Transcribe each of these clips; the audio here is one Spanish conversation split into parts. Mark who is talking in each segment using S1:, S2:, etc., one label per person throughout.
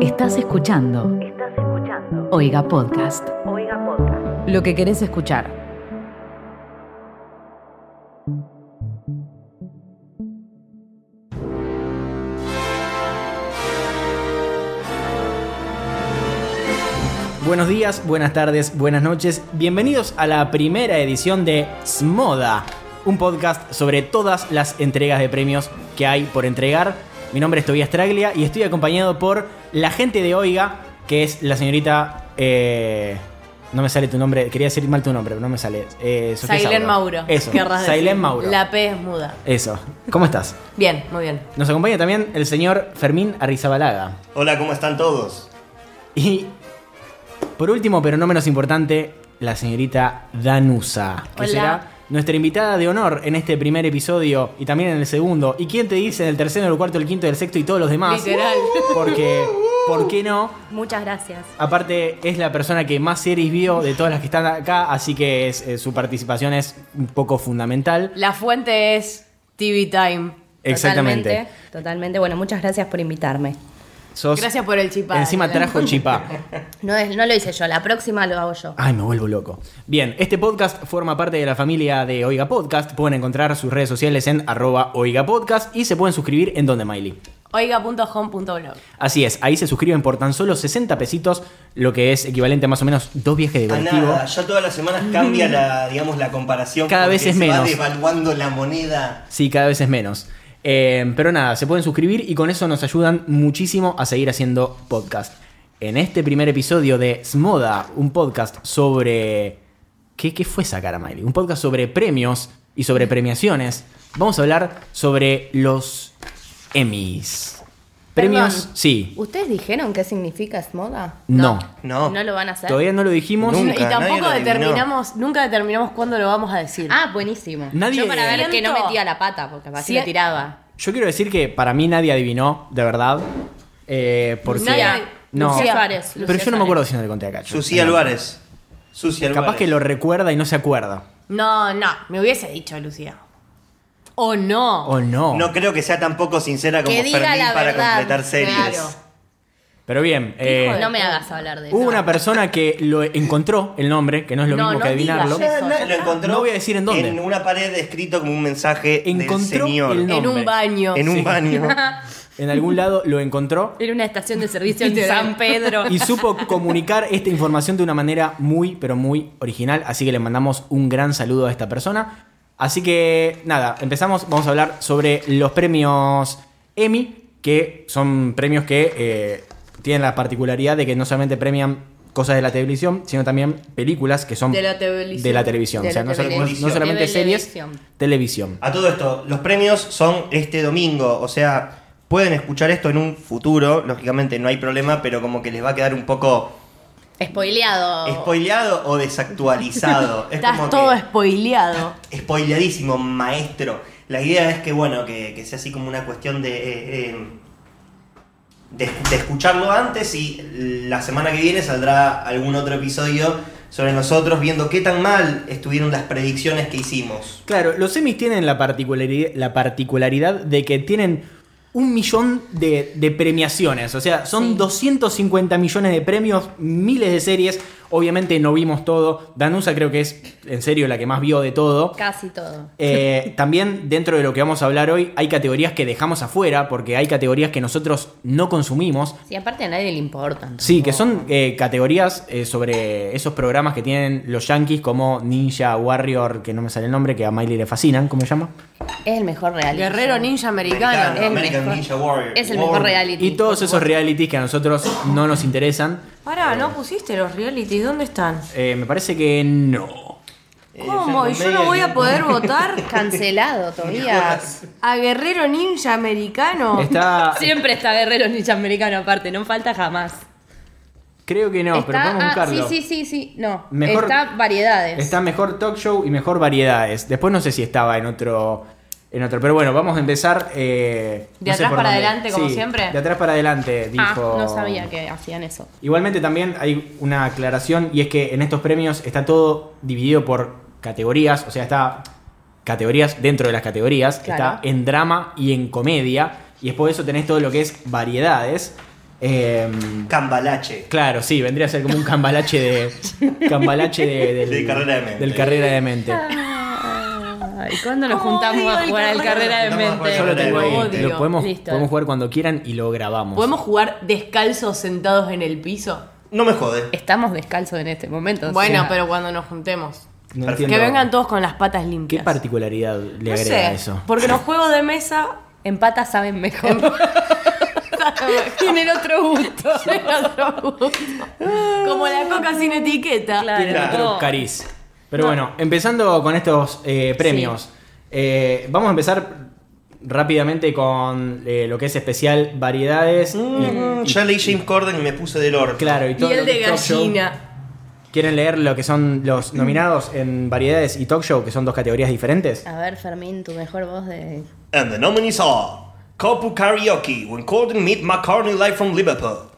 S1: Estás escuchando. Estás escuchando. Oiga Podcast. Oiga Podcast. Lo que querés escuchar.
S2: Buenos días, buenas tardes, buenas noches. Bienvenidos a la primera edición de Smoda, un podcast sobre todas las entregas de premios que hay por entregar. Mi nombre es Tobias Traglia y estoy acompañado por la gente de Oiga, que es la señorita. eh, no me sale tu nombre, quería decir mal tu nombre, pero no me sale. Eh, Sofía
S3: Sailén
S2: Sauro.
S3: Mauro.
S2: Eso.
S3: querrás decir.
S2: Sailén Mauro.
S3: La P es muda.
S2: Eso. ¿Cómo estás?
S3: Bien, muy bien.
S2: Nos acompaña también el señor Fermín Arrizabalaga.
S4: Hola, ¿cómo están todos?
S2: Y por último, pero no menos importante, la señorita Danusa, que
S3: Hola.
S2: será nuestra invitada de honor en este primer episodio y también en el segundo. ¿Y quién te dice en el tercero, el cuarto, el quinto, el sexto y todos los demás? Uh,
S3: Literal.
S2: Porque, ¿por qué no?
S5: Muchas gracias.
S2: Aparte, es la persona que más series vio de todas las que están acá, así que es- eh, su participación es un poco fundamental.
S3: La fuente es TV Time.
S2: Eh, Exactamente.
S5: Totalmente, totalmente. Bueno, muchas gracias por invitarme.
S2: Sos-
S3: Gracias por el chipá.
S2: Encima trajo chipá.
S5: No, es- no lo hice yo, la próxima lo hago yo.
S2: Ay, me vuelvo loco. Bien, este podcast forma parte de la familia de Oiga Podcast. Pueden encontrar sus redes sociales en arroba Oiga Podcast y se pueden suscribir en donde, Miley.
S3: Oiga.home.blog.
S2: Así es, ahí se suscriben por tan solo 60 pesitos, lo que es equivalente a más o menos dos viajes de
S4: A
S2: colectivo.
S4: Ah, nada, ya todas las semanas cambia la, digamos, la comparación.
S2: Cada
S4: porque
S2: vez es
S4: se
S2: menos.
S4: Va devaluando la moneda.
S2: Sí, cada vez es menos. Eh, pero nada, se pueden suscribir y con eso nos ayudan muchísimo a seguir haciendo podcast. En este primer episodio de Smoda, un podcast sobre... ¿Qué, qué fue sacar a Miley? Un podcast sobre premios y sobre premiaciones. Vamos a hablar sobre los Emmys. Premios,
S5: Perdón.
S2: sí.
S5: ¿Ustedes dijeron qué significa Smoda?
S2: No.
S4: No.
S5: No lo van a hacer.
S2: Todavía no lo dijimos.
S4: Nunca,
S3: y
S4: nadie lo
S3: tampoco
S4: adivinó.
S3: determinamos, nunca determinamos cuándo lo vamos a decir.
S5: Ah, buenísimo.
S2: Nadie-
S5: yo para ver
S3: Siento-
S5: que no metía la pata, porque así
S3: Sie-
S5: la tiraba.
S2: Yo quiero decir que para mí nadie adivinó, de verdad. Eh, porque...
S3: Nadie-
S2: No,
S5: Lucía Suárez,
S2: pero yo no
S5: Lucía
S2: me
S5: Suárez.
S2: acuerdo si no le conté a Cacho.
S4: Susi
S2: No.
S4: Álvarez. Susi Álvarez.
S2: Capaz que lo recuerda y no se acuerda.
S3: No, no, me hubiese dicho Lucía. O no.
S2: O no.
S4: No creo que sea tan poco sincera como
S5: Que diga
S4: Fermín
S5: la
S4: para
S5: verdad,
S4: completar series.
S3: claro.
S2: Pero bien, eh,
S3: hijo de-
S5: No me hagas hablar de eso.
S2: hubo una persona que lo encontró el nombre, que no es lo
S3: No,
S2: mismo
S3: no
S2: que
S3: digas
S2: adivinarlo.
S3: eso.
S4: Ya, na- lo encontró
S2: No voy a decir en dónde.
S4: En una pared escrito como un mensaje
S2: Encontró
S4: del señor.
S2: el
S3: en
S2: nombre.
S3: un baño.
S4: En un
S2: Sí.
S4: baño.
S2: En algún lado lo encontró
S5: Era una estación de servicio en
S3: Literal.
S5: San Pedro.
S2: y supo comunicar esta información de una manera muy, pero muy original. Así que le mandamos un gran saludo a esta persona. Así que nada, empezamos. Vamos a hablar sobre los premios Emmy, que son premios que eh, tienen la particularidad de que no solamente premian cosas de la televisión, sino también películas que son
S3: De la televisión.
S2: de la televisión.
S5: De
S2: o sea,
S5: la
S2: no, solo- no- no
S4: televisión.
S2: solamente series,
S5: Televisión.
S2: televisión.
S4: A todo esto, los premios son este domingo, o sea, pueden escuchar esto en un futuro, lógicamente no hay problema, pero como que les va a quedar un poco
S5: Spoileado.
S4: spoileado o desactualizado. Es
S3: Estás
S4: como que-
S3: todo spoileado.
S4: spoileadísimo, maestro. La idea es que, bueno, que, que sea así como una cuestión de, eh, eh, de, de escucharlo antes y la semana que viene saldrá algún otro episodio sobre nosotros viendo qué tan mal estuvieron las predicciones que hicimos.
S2: Claro, los semis tienen la particularidad, la particularidad de que tienen un millón de, de premiaciones. O sea, son 250 millones de premios, miles de series. Obviamente no vimos todo. Danusa creo que es en serio la que más vio de todo.
S5: Casi todo.
S2: Eh, también dentro de lo que vamos a hablar hoy hay categorías que dejamos afuera porque hay categorías que nosotros no consumimos.
S5: Sí, aparte a nadie le importan.
S2: Sí, que son eh, categorías eh, sobre esos programas que tienen los yankees como Ninja, Warrior, que no me sale el nombre, que a Miley le fascinan, ¿cómo se llama?
S5: Es el mejor reality.
S3: Guerrero ninja americano. Eh,
S4: Americano.
S5: Es,
S4: American
S5: mejor-
S4: Ninja Warrior.
S5: es el mejor
S4: Warrior.
S5: reality.
S2: Oh, Y todos
S5: por
S2: esos realities que a nosotros no nos interesan,
S3: Pará, no pusiste los realities. ¿Dónde están?
S2: eh, me parece que no.
S4: Eh,
S3: ¿Cómo? ¿Y
S4: Fernando
S3: yo no voy a
S4: Meyer.
S3: poder votar
S5: Cancelado, todavía.
S3: a Guerrero Ninja Americano?
S2: Está.
S5: Siempre está Guerrero Ninja Americano aparte, no falta jamás.
S2: Creo que no,
S5: está,
S2: pero podemos
S5: ah,
S2: buscarlo.
S5: sí, sí, sí, sí, no.
S2: Mejor-
S5: está variedades.
S2: Está mejor talk show y mejor variedades. Después no sé si estaba en otro. En otro. Pero bueno, vamos a empezar. eh,
S3: ¿De
S2: no sé
S3: atrás
S2: por
S3: para
S2: dónde.
S3: adelante, como
S2: Sí,
S3: siempre?
S2: De atrás para adelante, dijo.
S5: Ah, no sabía que hacían eso.
S2: Igualmente también hay una aclaración y es que en estos premios está todo dividido por categorías, o sea, está categorías dentro de las categorías,
S5: Claro.
S2: está en drama y en comedia, y después de eso tenés todo lo que es variedades, Em,
S4: Cambalache.
S2: Claro, sí, vendría a ser como un cambalache de. cambalache de- del,
S4: De carrera de mente.
S2: del carrera de mente.
S3: Ah.
S5: Ah. Ay, ¿cuándo nos
S3: Oh,
S5: juntamos
S3: odio
S5: a
S3: el
S5: jugar al carrera de
S4: Nos juntamos a
S5: mente?
S2: Yo lo tengo ahí.
S3: Odio.
S2: Lo podemos,
S5: Listo.
S2: podemos jugar cuando quieran y lo grabamos.
S3: ¿Podemos jugar descalzos sentados en el piso?
S4: No me jode.
S5: Estamos descalzos en este momento. o
S3: Bueno,
S5: sea,
S3: pero cuando nos juntemos.
S2: No
S4: Perfecto.
S2: entiendo
S3: Que vengan todos con las patas limpias.
S2: ¿Qué particularidad le
S3: No
S2: agrega
S3: sé,
S2: eso?
S3: porque los juegos de mesa
S5: En patas saben mejor. Tienen otro gusto.
S3: tienen otro gusto. Como la coca sin etiqueta.
S5: Claro.
S2: Tiene otro cariz. Pero bueno, empezando con estos eh, premios. Eh, vamos a empezar rápidamente con eh, lo que es especial variedades. y-
S4: Mm, ya leí James Corden y me puse del orto.
S2: claro, y todo.
S3: Piel
S2: lo que
S3: de
S2: es talk show.
S3: gallina.
S2: ¿Quieren leer lo que son los nominados en variedades y talk show, que son dos categorías diferentes?
S5: A ver, Fermín, tu mejor voz de.
S4: And the nominees are Kopu Karaoke, When Corden Meet McCartney Live from Liverpool.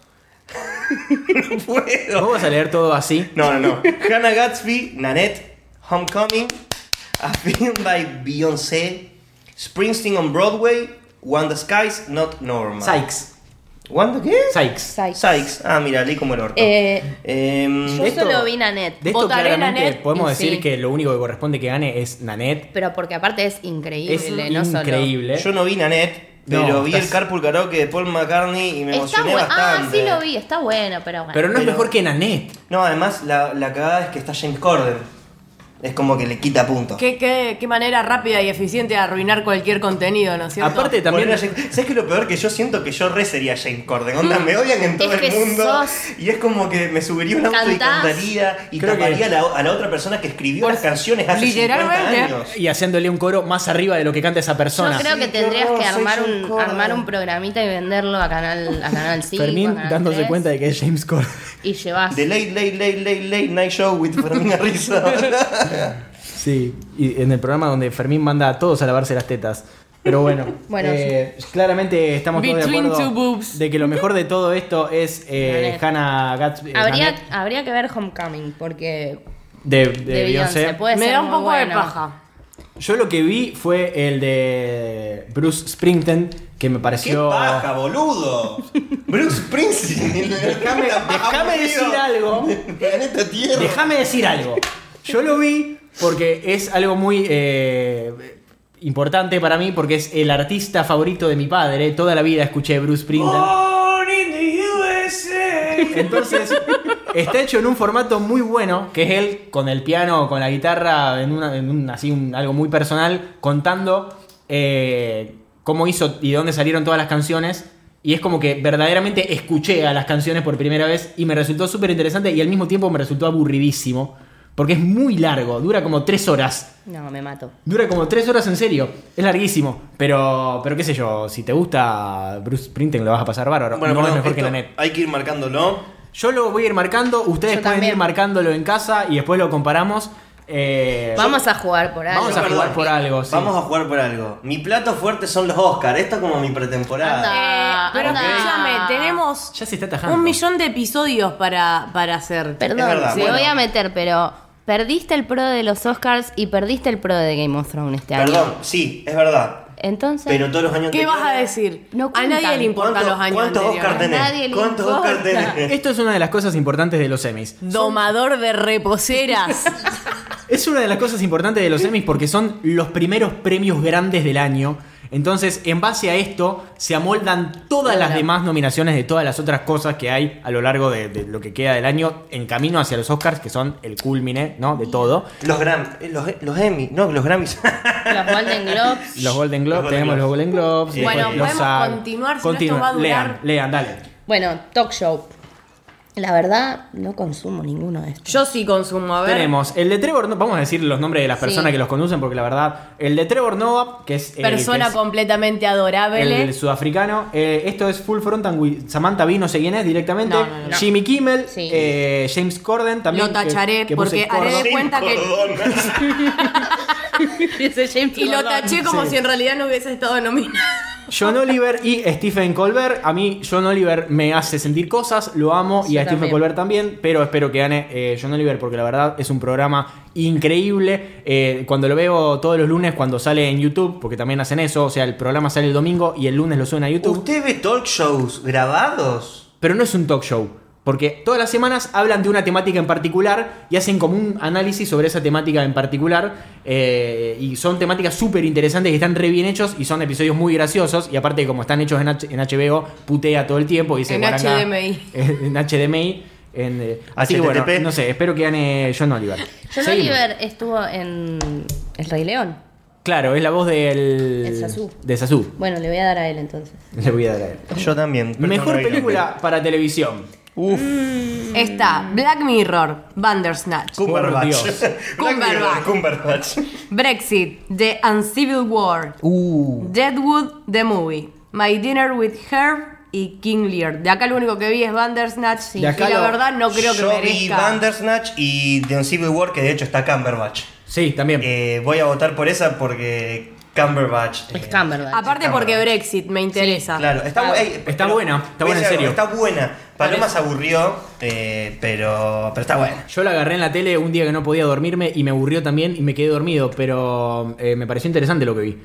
S4: no puedo.
S2: Vamos a leer todo así.
S4: No, no, no. Hannah Gatsby, Nanette, Homecoming, a film by Beyoncé, Springsteen on Broadway, Wanda Skies, Not Normal.
S2: Sykes.
S4: ¿Wanda qué?
S2: Sykes.
S5: Psy.
S4: Sykes. Ah, mira, leí como el orto.
S5: Eh,
S4: Em,
S5: yo
S2: Esto-
S5: solo vi Nanette.
S2: De esto
S3: Votaré
S2: claramente
S3: Nanette
S2: podemos
S3: y
S2: decir
S3: sí.
S2: que lo único que corresponde que gane es Nanette.
S5: Pero porque aparte es increíble,
S2: es
S5: no solo.
S2: increíble.
S4: yo no vi Nanette,
S2: No,
S4: pero vi
S2: estás-
S4: el Carpool Karaoke de Paul McCartney y me
S5: Está
S4: emocioné
S5: bueno. Ah,
S4: bastante.
S5: sí lo vi, está bueno, pero bueno.
S2: Pero no es
S4: Pero-
S2: mejor que Nanette.
S4: No, además la, la cagada es que está James Corden. Es como que le quita puntos.
S3: Qué, qué- qué manera rápida y eficiente de arruinar cualquier contenido, ¿no es cierto?
S2: Aparte también...
S4: Poner a James- ¿Sabes qué es lo peor? Que yo siento que yo re sería James Corden. Onda, me odian en todo
S5: Es que
S4: el mundo.
S5: sos-
S4: Y es como que me subiría un auto y
S5: Cantás.
S4: cantaría y
S2: Creo que-
S4: taparía a, la, a la otra persona que escribió
S3: Por-
S4: las canciones hace
S3: literalmente.
S4: 50 años.
S2: Y haciéndole un coro más arriba de lo que canta esa persona.
S5: Yo creo que
S4: Sí,
S5: tendrías
S4: qué
S5: que
S4: horror,
S5: armar
S4: soy eh.
S5: un,
S4: Jordan.
S5: armar un programita y venderlo a Canal, a canal 5.
S2: Fermín dándose cuenta de que es James Corden.
S5: Y llevas.
S4: The late, late, late, late, late night show with Fermín Arrizzo.
S2: Sí, y en el programa donde Fermín manda a todos a lavarse las tetas. Pero bueno,
S5: Bueno,
S2: eh, claramente estamos todos de
S3: Between
S2: acuerdo
S3: two boobs.
S2: de que lo mejor de todo esto es eh,
S5: Nanette.
S2: Hannah Gatsby.
S5: Habría,
S2: Nanette
S5: habría que ver Homecoming, porque.
S2: de, de
S5: de
S2: Beyoncé.
S5: Beyoncé, pues. puede
S3: me
S5: ser
S3: da un
S5: muy
S3: poco de
S5: bueno.
S3: paja.
S2: Yo lo que vi fue el de Bruce Springsteen, que me
S4: ¡Qué
S2: pareció...
S4: paja, boludo! Bruce Springsteen.
S2: Déjame- déjame decir algo.
S4: Planeta Tierra.
S2: Déjame decir algo. Yo lo vi porque es algo muy eh, importante para mí, porque es el artista favorito de mi padre. Toda la vida escuché Bruce Springsteen.
S4: Born in the USA.
S2: Entonces, está hecho en un formato muy bueno, que es él con el piano, con la guitarra, en, una- en un- así un- algo muy personal, contando eh, cómo hizo y de dónde salieron todas las canciones. Y es como que verdaderamente escuché a las canciones por primera vez y me resultó súper interesante y al mismo tiempo me resultó aburridísimo, porque es muy largo, dura como tres horas.
S5: No, me mato.
S2: Dura como tres horas en serio, es larguísimo, pero, pero qué sé yo, si te gusta Bruce Springsteen lo vas a pasar bárbaro.
S4: Bueno,
S2: no
S4: perdón,
S2: es mejor que
S4: esto
S2: la net.
S4: Hay que ir marcándolo.
S2: Yo lo voy a ir marcando, ustedes
S5: Yo
S2: pueden
S5: también.
S2: ir marcándolo en casa y después lo comparamos. Eh,
S5: Vamos a jugar por algo.
S2: Vamos a jugar por algo, sí.
S4: Vamos a jugar por algo. Mi plato fuerte son los Oscars. Esto es como mi pretemporada.
S5: Anda. Ah,
S3: Eh, pero
S5: anda.
S3: escúchame, tenemos
S2: Ya se está tajando.
S3: un millón de episodios para, para hacer.
S5: Perdón,
S4: Es verdad,
S5: me
S4: bueno.
S5: voy a meter, pero. Perdiste el pro de los Oscars y perdiste el pro de Game of Thrones este año.
S4: Perdón, sí, es verdad.
S5: Entonces.
S4: Pero todos los años
S3: ¿Qué vas a
S4: anteriores-
S3: decir?
S5: No
S3: a
S5: cuentan.
S3: nadie le importan
S4: ¿Cuánto-
S3: los años
S4: ¿Cuántos Oscars
S3: anteriores.
S5: tenés?
S4: tenés?
S5: nadie le
S4: ¿Cuántos Oscars
S5: importa.
S4: tenés?
S2: Esto es una de las cosas importantes de los semis.
S3: Domador de reposeras.
S2: Es una de las cosas importantes de los semis porque son los primeros premios grandes del año. Entonces, en base a esto, se amoldan todas las demás nominaciones de todas las otras cosas que hay a lo largo de, de lo que queda del año en camino hacia los Oscars, que son el culmine, ¿no? De todo.
S4: Los Grammy, eh, los, los Emmy, no, los Grammys.
S5: Los Golden Globes.
S2: Los Golden
S4: Los
S2: Globes,
S4: Golden
S2: tenemos los
S4: Globes.
S2: Golden Globes.
S4: Bueno,
S2: después los
S3: podemos
S2: SAG.
S3: continuar, si no,
S2: Continúen,
S3: esto va a durar-
S2: Lean, lean, dale.
S5: Bueno, talk show. La verdad, no consumo ninguno de estos.
S3: Yo sí consumo, a ver.
S2: Tenemos el de Trevor, no, vamos a decir los nombres de las
S5: Sí.
S2: personas que los conducen porque la verdad, el de Trevor Noah, que es, eh,
S3: Persona
S2: que es
S3: completamente
S2: el,
S3: adorable.
S2: sudafricano, eh, esto es Full Frontal, with- Samantha B, no sé quién es directamente,
S3: No, no, no.
S2: Jimmy Kimmel,
S5: Sí.
S2: eh, James Corden también.
S3: Lo
S2: que-
S3: tacharé
S2: que puse
S3: porque haré
S2: Corden.
S3: de cuenta que... Y lo taché como
S2: Sí.
S3: si en realidad no hubiese estado nominado.
S2: John Oliver y Stephen Colbert. A mí John Oliver me hace sentir cosas, lo amo y
S5: Yo
S2: a Stephen
S5: también.
S2: Colbert también, pero espero que gane eh, John Oliver porque la verdad es un programa increíble. Eh, cuando lo veo todos los lunes, cuando sale en YouTube, porque también hacen eso, o sea, el programa sale el domingo y el lunes lo suben a YouTube.
S4: ¿Usted ve talk shows grabados?
S2: Pero no es un talk show. Porque todas las semanas hablan de una temática en particular y hacen como un análisis sobre esa temática en particular. eh, y son temáticas súper interesantes que están re bien hechos y son episodios muy graciosos. Y aparte, como están hechos en, H- en HBO, putea todo el tiempo. Y dice,
S3: En
S2: "Guaranga",
S3: HDMI.
S2: En HDMI. en, eh, así que bueno,
S4: HTTP.
S2: no sé, espero que gane John Oliver.
S5: John
S2: Seguimos.
S5: Oliver estuvo en El Rey León.
S2: Claro, es la voz del.
S5: El Zazú.
S2: De Zazú.
S5: Bueno, le voy a dar a él entonces.
S2: Le voy a dar a él.
S4: Yo también. pero no
S2: Mejor
S4: lo vi, no.
S2: película para televisión.
S4: Uf,
S3: Está Black Mirror, Bandersnatch,
S4: Cumberbatch.
S2: Por Dios.
S3: Cumberbatch.
S4: Cumberbatch.
S3: Brexit, The Uncivil War,
S4: Uh.
S3: Deadwood, The Movie, My Dinner with Herb y King Lear. De acá lo único que vi es Bandersnatch y
S2: De acá
S3: la
S2: lo-
S3: verdad no creo que
S4: Yo vi
S3: merezca.
S4: Bandersnatch y The Uncivil War, que de hecho está Cumberbatch.
S2: Sí, también.
S4: Eh, voy a votar por esa porque Cumberbatch. eh,
S5: Es Cumberbatch.
S3: Aparte porque Brexit me interesa.
S4: Claro, está, bu- ey,
S2: Está buena, está buena, en
S4: voy a decir algo,
S2: serio.
S4: Está buena. Paloma se aburrió, eh, pero, pero está buena.
S2: Yo la agarré en la tele un día que no podía dormirme y me aburrió también y me quedé dormido, pero eh, me pareció interesante lo que vi.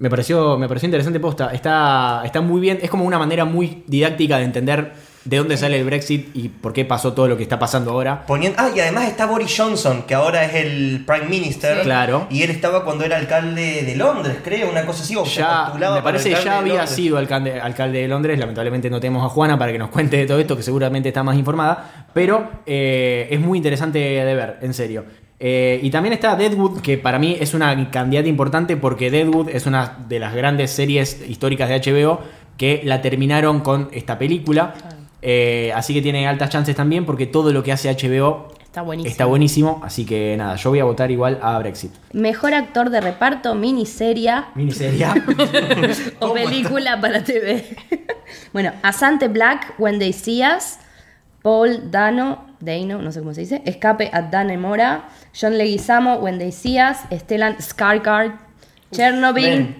S2: Me pareció, me pareció interesante posta. Está, está muy bien, es como una manera muy didáctica de entender de dónde sale el Brexit y por qué pasó todo lo que está pasando ahora.
S4: Poniendo, ah, y además está Boris Johnson, que ahora es el Prime Minister.
S2: Sí. Claro.
S4: Y él estaba cuando era alcalde de Londres, creo, una cosa así. o se
S2: Ya,
S4: postulaba
S2: me
S4: para
S2: parece que
S4: alcalde
S2: ya
S4: de
S2: había
S4: Londres.
S2: sido alcalde, alcalde de Londres, lamentablemente no tenemos a Juana para que nos cuente de todo esto, que seguramente está más informada, pero eh, es muy interesante de ver, en serio. Eh, y también está Deadwood, que para mí es una candidata importante porque Deadwood es una de las grandes series históricas de HBO que la terminaron con esta película. Eh, así que tiene altas chances también porque todo lo que hace HBO
S5: Está buenísimo.
S2: está buenísimo. Así que nada, yo voy a votar igual a Brexit.
S5: Mejor actor de reparto, miniserie
S2: Miniserie.
S5: o película para TV. bueno, Asante Black, When They See Us, Paul Dano, Dano, no sé cómo se dice, Escape at Danemora, John Leguizamo, When They See Us, Stellan Skarsgård, Chernobyl,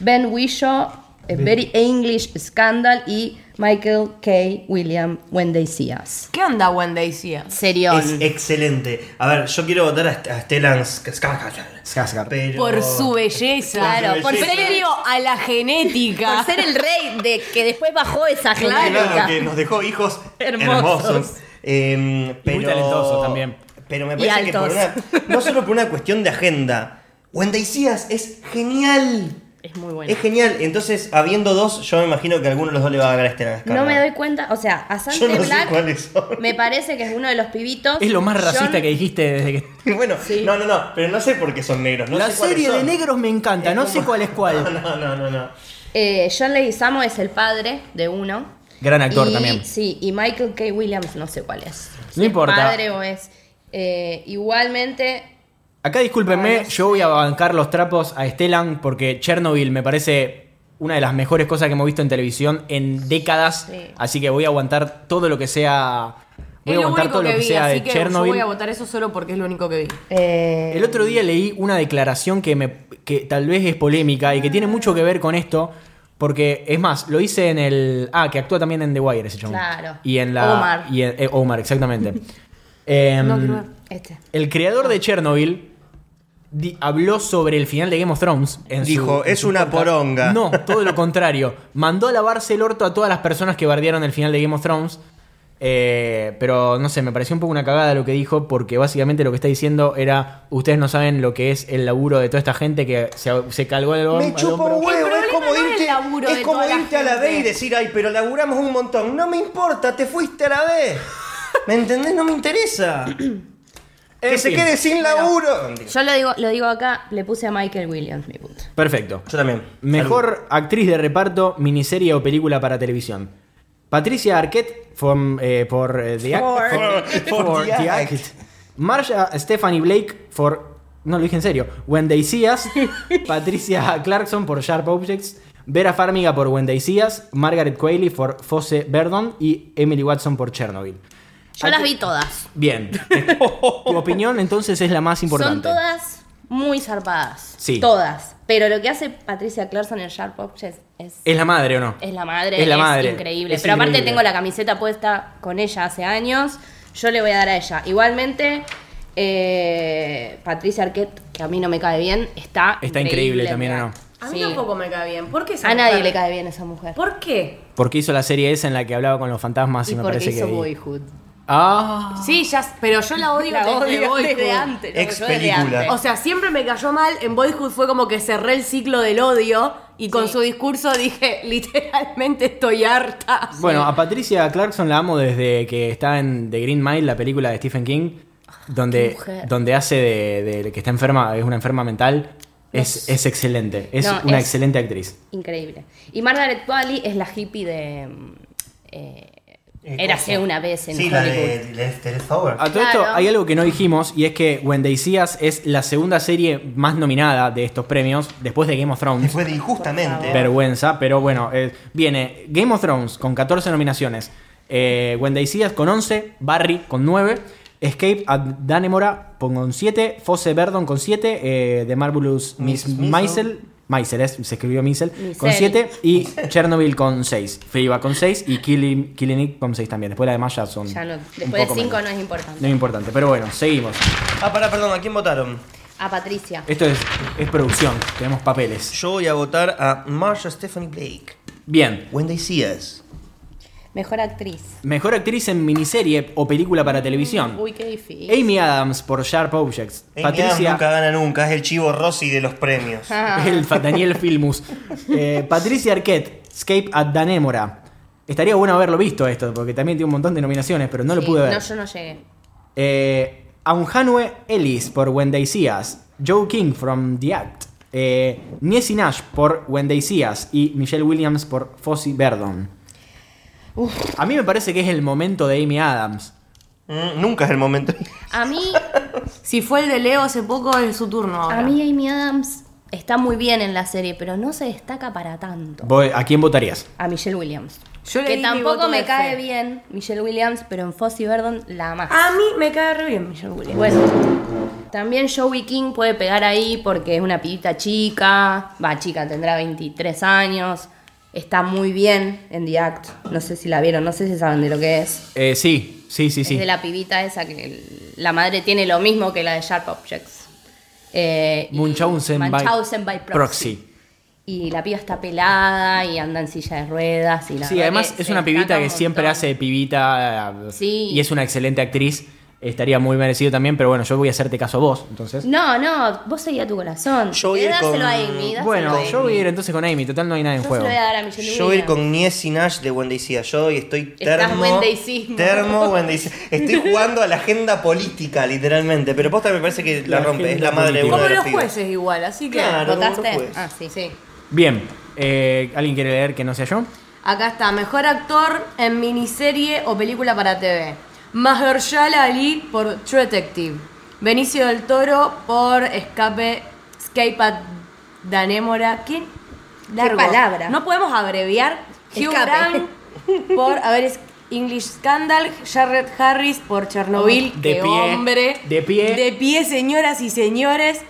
S5: Ben, Whishaw, A Very English Scandal y Michael K. William, When They See Us.
S3: ¿Qué onda When They See Us?
S5: Serión.
S4: Es excelente. A ver, yo quiero votar a, a Stellan Skarsgård.
S2: Skarsgård.
S4: pero-
S3: Por su belleza.
S5: Claro, por
S3: por
S5: ser-
S3: serio a la genética.
S5: Por ser el rey de que después bajó esa
S4: Claro,
S5: genética.
S4: que nos dejó hijos
S5: Hermosos.
S4: hermosos. Eh, pero,
S2: talentosos también.
S4: Pero me
S5: Y
S4: parece que por
S5: altos.
S4: una- no solo por una cuestión de agenda. Wendy Sears es genial.
S5: Es muy bueno.
S4: Es genial. Entonces, habiendo dos, yo me imagino que alguno de los dos le va a ganar a Stellan Skarsgård.
S5: No me doy cuenta, o sea, a Sante
S4: Yo no sé
S5: Black
S4: cuáles son.
S5: me parece que es uno de los pibitos.
S2: Es lo más racista
S5: John-
S2: que dijiste desde que.
S4: Bueno, no, no, no, pero no sé por qué son negros. No
S2: la
S4: sé cuáles
S2: serie de
S4: son.
S2: negros me encanta, no sé
S4: como-
S2: cuál es
S4: No,
S2: cuál.
S4: no, no, no. no.
S5: eh, John Leguizamo es el padre de uno.
S2: Gran actor
S5: Y-
S2: también.
S5: Sí, y Michael K. Williams no sé cuál es. Si
S2: No importa.
S5: Es padre o es. eh, igualmente,
S2: Acá discúlpenme, yo voy a bancar los trapos a Stellan porque Chernobyl me parece una de las mejores cosas que hemos visto en televisión en décadas.
S5: Sí.
S2: Así que voy a aguantar todo lo que sea. Voy
S3: es
S2: a
S3: lo
S2: aguantar
S3: único
S2: todo lo
S3: que
S2: que
S3: vi,
S2: sea
S3: así
S2: de
S3: que yo voy
S2: Chernobyl.
S3: a votar eso solo porque es lo único que vi.
S5: eh,
S2: El otro día leí una declaración que, me, que tal vez es polémica y que tiene mucho que ver con esto. Porque, es más, lo hice en el. Ah, que actúa también en The Wire ese chabón.
S5: Claro.
S2: Y en la.
S5: Omar.
S2: Y en- eh, Omar, exactamente. Em,
S3: No quiero ver.
S5: este.
S2: El creador
S4: Ah.
S2: de Chernobyl di- habló sobre el final de Game of Thrones. en su-
S4: Dijo,
S2: en
S4: "Es
S2: su
S4: una poronga".
S2: No, todo lo contrario. Mandó a lavarse el orto a todas las personas que bardearon el final de Game of Thrones. Eh, pero no sé, me pareció un poco una cagada lo que dijo, porque básicamente lo que está diciendo era: Ustedes no saben lo que es el laburo de toda esta gente que se, se calgó el hom-
S4: Me
S2: al
S4: chupo
S2: hombro".
S4: un huevo,
S3: El
S4: es como
S3: problema no es el
S4: irte,
S3: laburo
S4: es
S3: de
S4: como
S3: toda la
S4: irte a la
S3: gente.
S4: B y decir, ay, pero laburamos un montón. No me importa, te fuiste a la B. ¿Me entendés? No me interesa. que
S2: En
S4: se
S2: fin.
S4: quede sin laburo.
S5: Yo lo digo, lo digo acá, le puse a Michael Williams, mi puto.
S2: Perfecto.
S4: Yo también.
S2: Mejor actriz de reparto, miniserie o película para televisión. Patricia Arquette from, eh, por eh, The Act.
S5: For-
S4: for The Act.
S2: Marsha Stephanie Blake for. No lo dije en serio. When They See Us. Patricia Clarkson por Sharp Objects. Vera Farmiga por When They See Us. Margaret Qualley por Fosse Verdon. Y Emily Watson por Chernobyl.
S5: Yo las vi todas.
S2: Bien. tu opinión entonces es la más importante.
S5: Son todas muy zarpadas.
S2: Sí.
S5: Todas. Pero lo que hace Patricia Clarkson en Sharp Objects es
S2: ¿Es la madre o no?
S5: Es la madre,
S2: Eh, Es
S5: es,
S2: la madre.
S5: increíble.
S2: Es
S5: Pero aparte
S2: increíble.
S5: tengo la camiseta puesta con ella hace años. Yo le voy a dar a ella. Igualmente, eh, Patricia Arquette, que a mí no me cae bien, está
S2: Está increíble también,
S5: mira.
S2: ¿o no?
S3: A mí
S5: Sí.
S3: tampoco me cae bien. ¿Por qué esa
S5: A nadie
S3: mujer?
S5: le cae bien esa mujer.
S3: ¿Por qué?
S2: Porque hizo la serie esa en la que hablaba con los fantasmas y,
S5: y
S2: me
S5: porque
S2: parece
S5: hizo
S2: que. vi.
S5: Boyhood.
S2: Ah.
S3: Sí, ya, s- pero yo la odio
S5: La
S3: desde
S5: odio
S3: Boyhood.
S5: desde antes. la
S4: Ex
S5: odio desde
S4: película.
S5: antes.
S3: O sea, siempre me cayó mal. En Boyhood fue como que cerré el ciclo del odio y con
S5: Sí.
S3: su discurso dije, literalmente estoy harta.
S2: Bueno, a Patricia Clarkson la amo desde que está en The Green Mile, la película de Stephen King, donde,
S5: mujer.
S2: donde hace de, de que está enferma, es una enferma mental. Es, es excelente, es
S5: No,
S2: una
S5: es-
S2: excelente actriz.
S5: Increíble. Y Margaret Qualley es la hippie de. mm, Eh,
S4: Eh,
S5: érase
S4: cosa.
S5: una vez en
S4: Sí, la
S5: Hollywood.
S4: de Left Over.
S3: Ah,
S2: A todo
S5: Claro.
S2: esto hay algo que no dijimos y es que When They See Us es la segunda serie más nominada de estos premios después de Game of Thrones.
S4: Después de injustamente.
S2: vergüenza, pero bueno, eh, viene Game of Thrones con 14 nominaciones, eh, When They See Us con 11, Barry con 9, Escape at Danemora con 7, Fosse Verdon con 7, eh, The Marvelous Miss
S4: Miss Maisel.
S2: Maisel, Maisel es, se escribió Maisel, con
S5: Maisel.
S2: 7 y Chernobyl con 6, Feiba con 6 y Killing, Killing It con 6 también. Después la demás ya son.
S5: Ya no-
S2: un
S5: después de
S2: poco
S5: 5 no
S2: menos.
S5: es
S2: No
S5: importante.
S2: es importante, pero bueno, seguimos.
S4: Ah, pará, perdón, ¿a quién votaron?
S5: A Patricia.
S2: Esto es, es producción, tenemos papeles.
S4: Yo voy a votar a Marsha Stephanie Blake.
S2: Bien,
S4: When They See Us.
S5: Mejor actriz.
S2: Mejor actriz en miniserie o película para televisión.
S5: Uy, qué difícil.
S2: Amy Adams por Sharp Objects.
S4: Amy Adams
S2: Patricia.
S4: nunca gana nunca, es el chivo Rossi de los premios.
S5: Ah.
S2: El Fataniel Filmus. Eh, Patricia Arquette, Escape at Danemora. Estaría bueno haberlo visto esto, porque también tiene un montón de nominaciones, pero no lo
S5: Sí,
S2: pude ver.
S5: No, yo no llegué.
S2: Eh, Aunjanue Ellis por When They See Us. Joe King from The Act. Eh, Niesi Nash por When They See Us. Y Michelle Williams por Fossey Verdon. A mí me parece que es el momento de Amy Adams.
S4: Mm, nunca es el momento.
S5: A mí,
S3: Si fue el de Leo hace poco, es su turno ahora.
S5: a mí Amy Adams está muy bien en la serie, pero no se destaca para tanto.
S2: Voy- ¿A quién votarías?
S5: A Michelle Williams.
S3: Yo le di
S5: que
S3: mi
S5: tampoco
S3: voto de
S5: me cae
S3: fe.
S5: bien Michelle Williams, pero en Fossey Verdon la más.
S3: A mí me cae re bien Michelle Williams.
S5: Bueno, también Joey King puede pegar ahí porque es una pibita chica. Va, chica, tendrá 23 años. Está muy bien en The Act. No sé si la vieron, no sé si saben de lo que es.
S2: Eh, sí, sí, sí,
S5: Es
S2: sí.
S5: de la pibita esa que el- la madre tiene lo mismo que la de Sharp Objects. Eh, y
S2: Munchausen,
S5: Munchausen by proxy.
S2: proxy.
S5: Y la piba está pelada y anda en silla de ruedas. Y la
S2: Sí,
S5: verdad
S2: además
S5: que
S2: es
S5: se
S2: una
S5: destaca
S2: pibita
S5: un
S2: que siempre
S5: montón.
S2: hace de pibita eh,
S5: Sí.
S2: y es una excelente actriz. Estaría muy merecido también, pero bueno, yo voy a hacerte caso a vos, entonces.
S5: No, no, vos seguí a tu corazón.
S4: Yo voy a ir
S5: Dáselo
S4: con-
S5: a Amy, dáselo
S2: bueno,
S5: a Amy.
S2: yo voy a ir entonces con Amy, total no hay nada en
S5: Yo se
S2: juego.
S5: lo voy a dar a Michelle
S4: Yo voy a ir
S5: Williams.
S4: con Niesi Nash de Wendy Sia. Yo hoy estoy
S5: Estás
S4: termo.
S5: wendycismo.
S4: Termo Wendycia. Estoy jugando a la agenda política, literalmente. Pero posta me parece que la,
S2: La
S4: rompe. Es
S2: agenda
S4: la madre de
S2: política.
S4: uno
S3: Como
S4: de
S3: los
S4: los pibes.
S3: jueces igual, así que...
S4: Claro. como
S5: ¿Votaste?
S4: los jueces.
S5: Ah, sí.
S3: Sí.
S2: Bien, eh, ¿alguien quiere leer que no sea yo?
S3: Acá está, mejor actor en miniserie o película para TV. Mahershala Ali por True Detective. Benicio del Toro por Escape, Escape at Danemora. ¿Qué? largo.
S5: palabra.
S3: No podemos abreviar. Hugh
S5: Escape.
S3: Grant por, a ver, es English Scandal. Jared Harris por Chernobyl.
S2: De
S3: Qué
S2: pie,
S3: hombre.
S2: de pie.
S3: De pie, señoras y señores.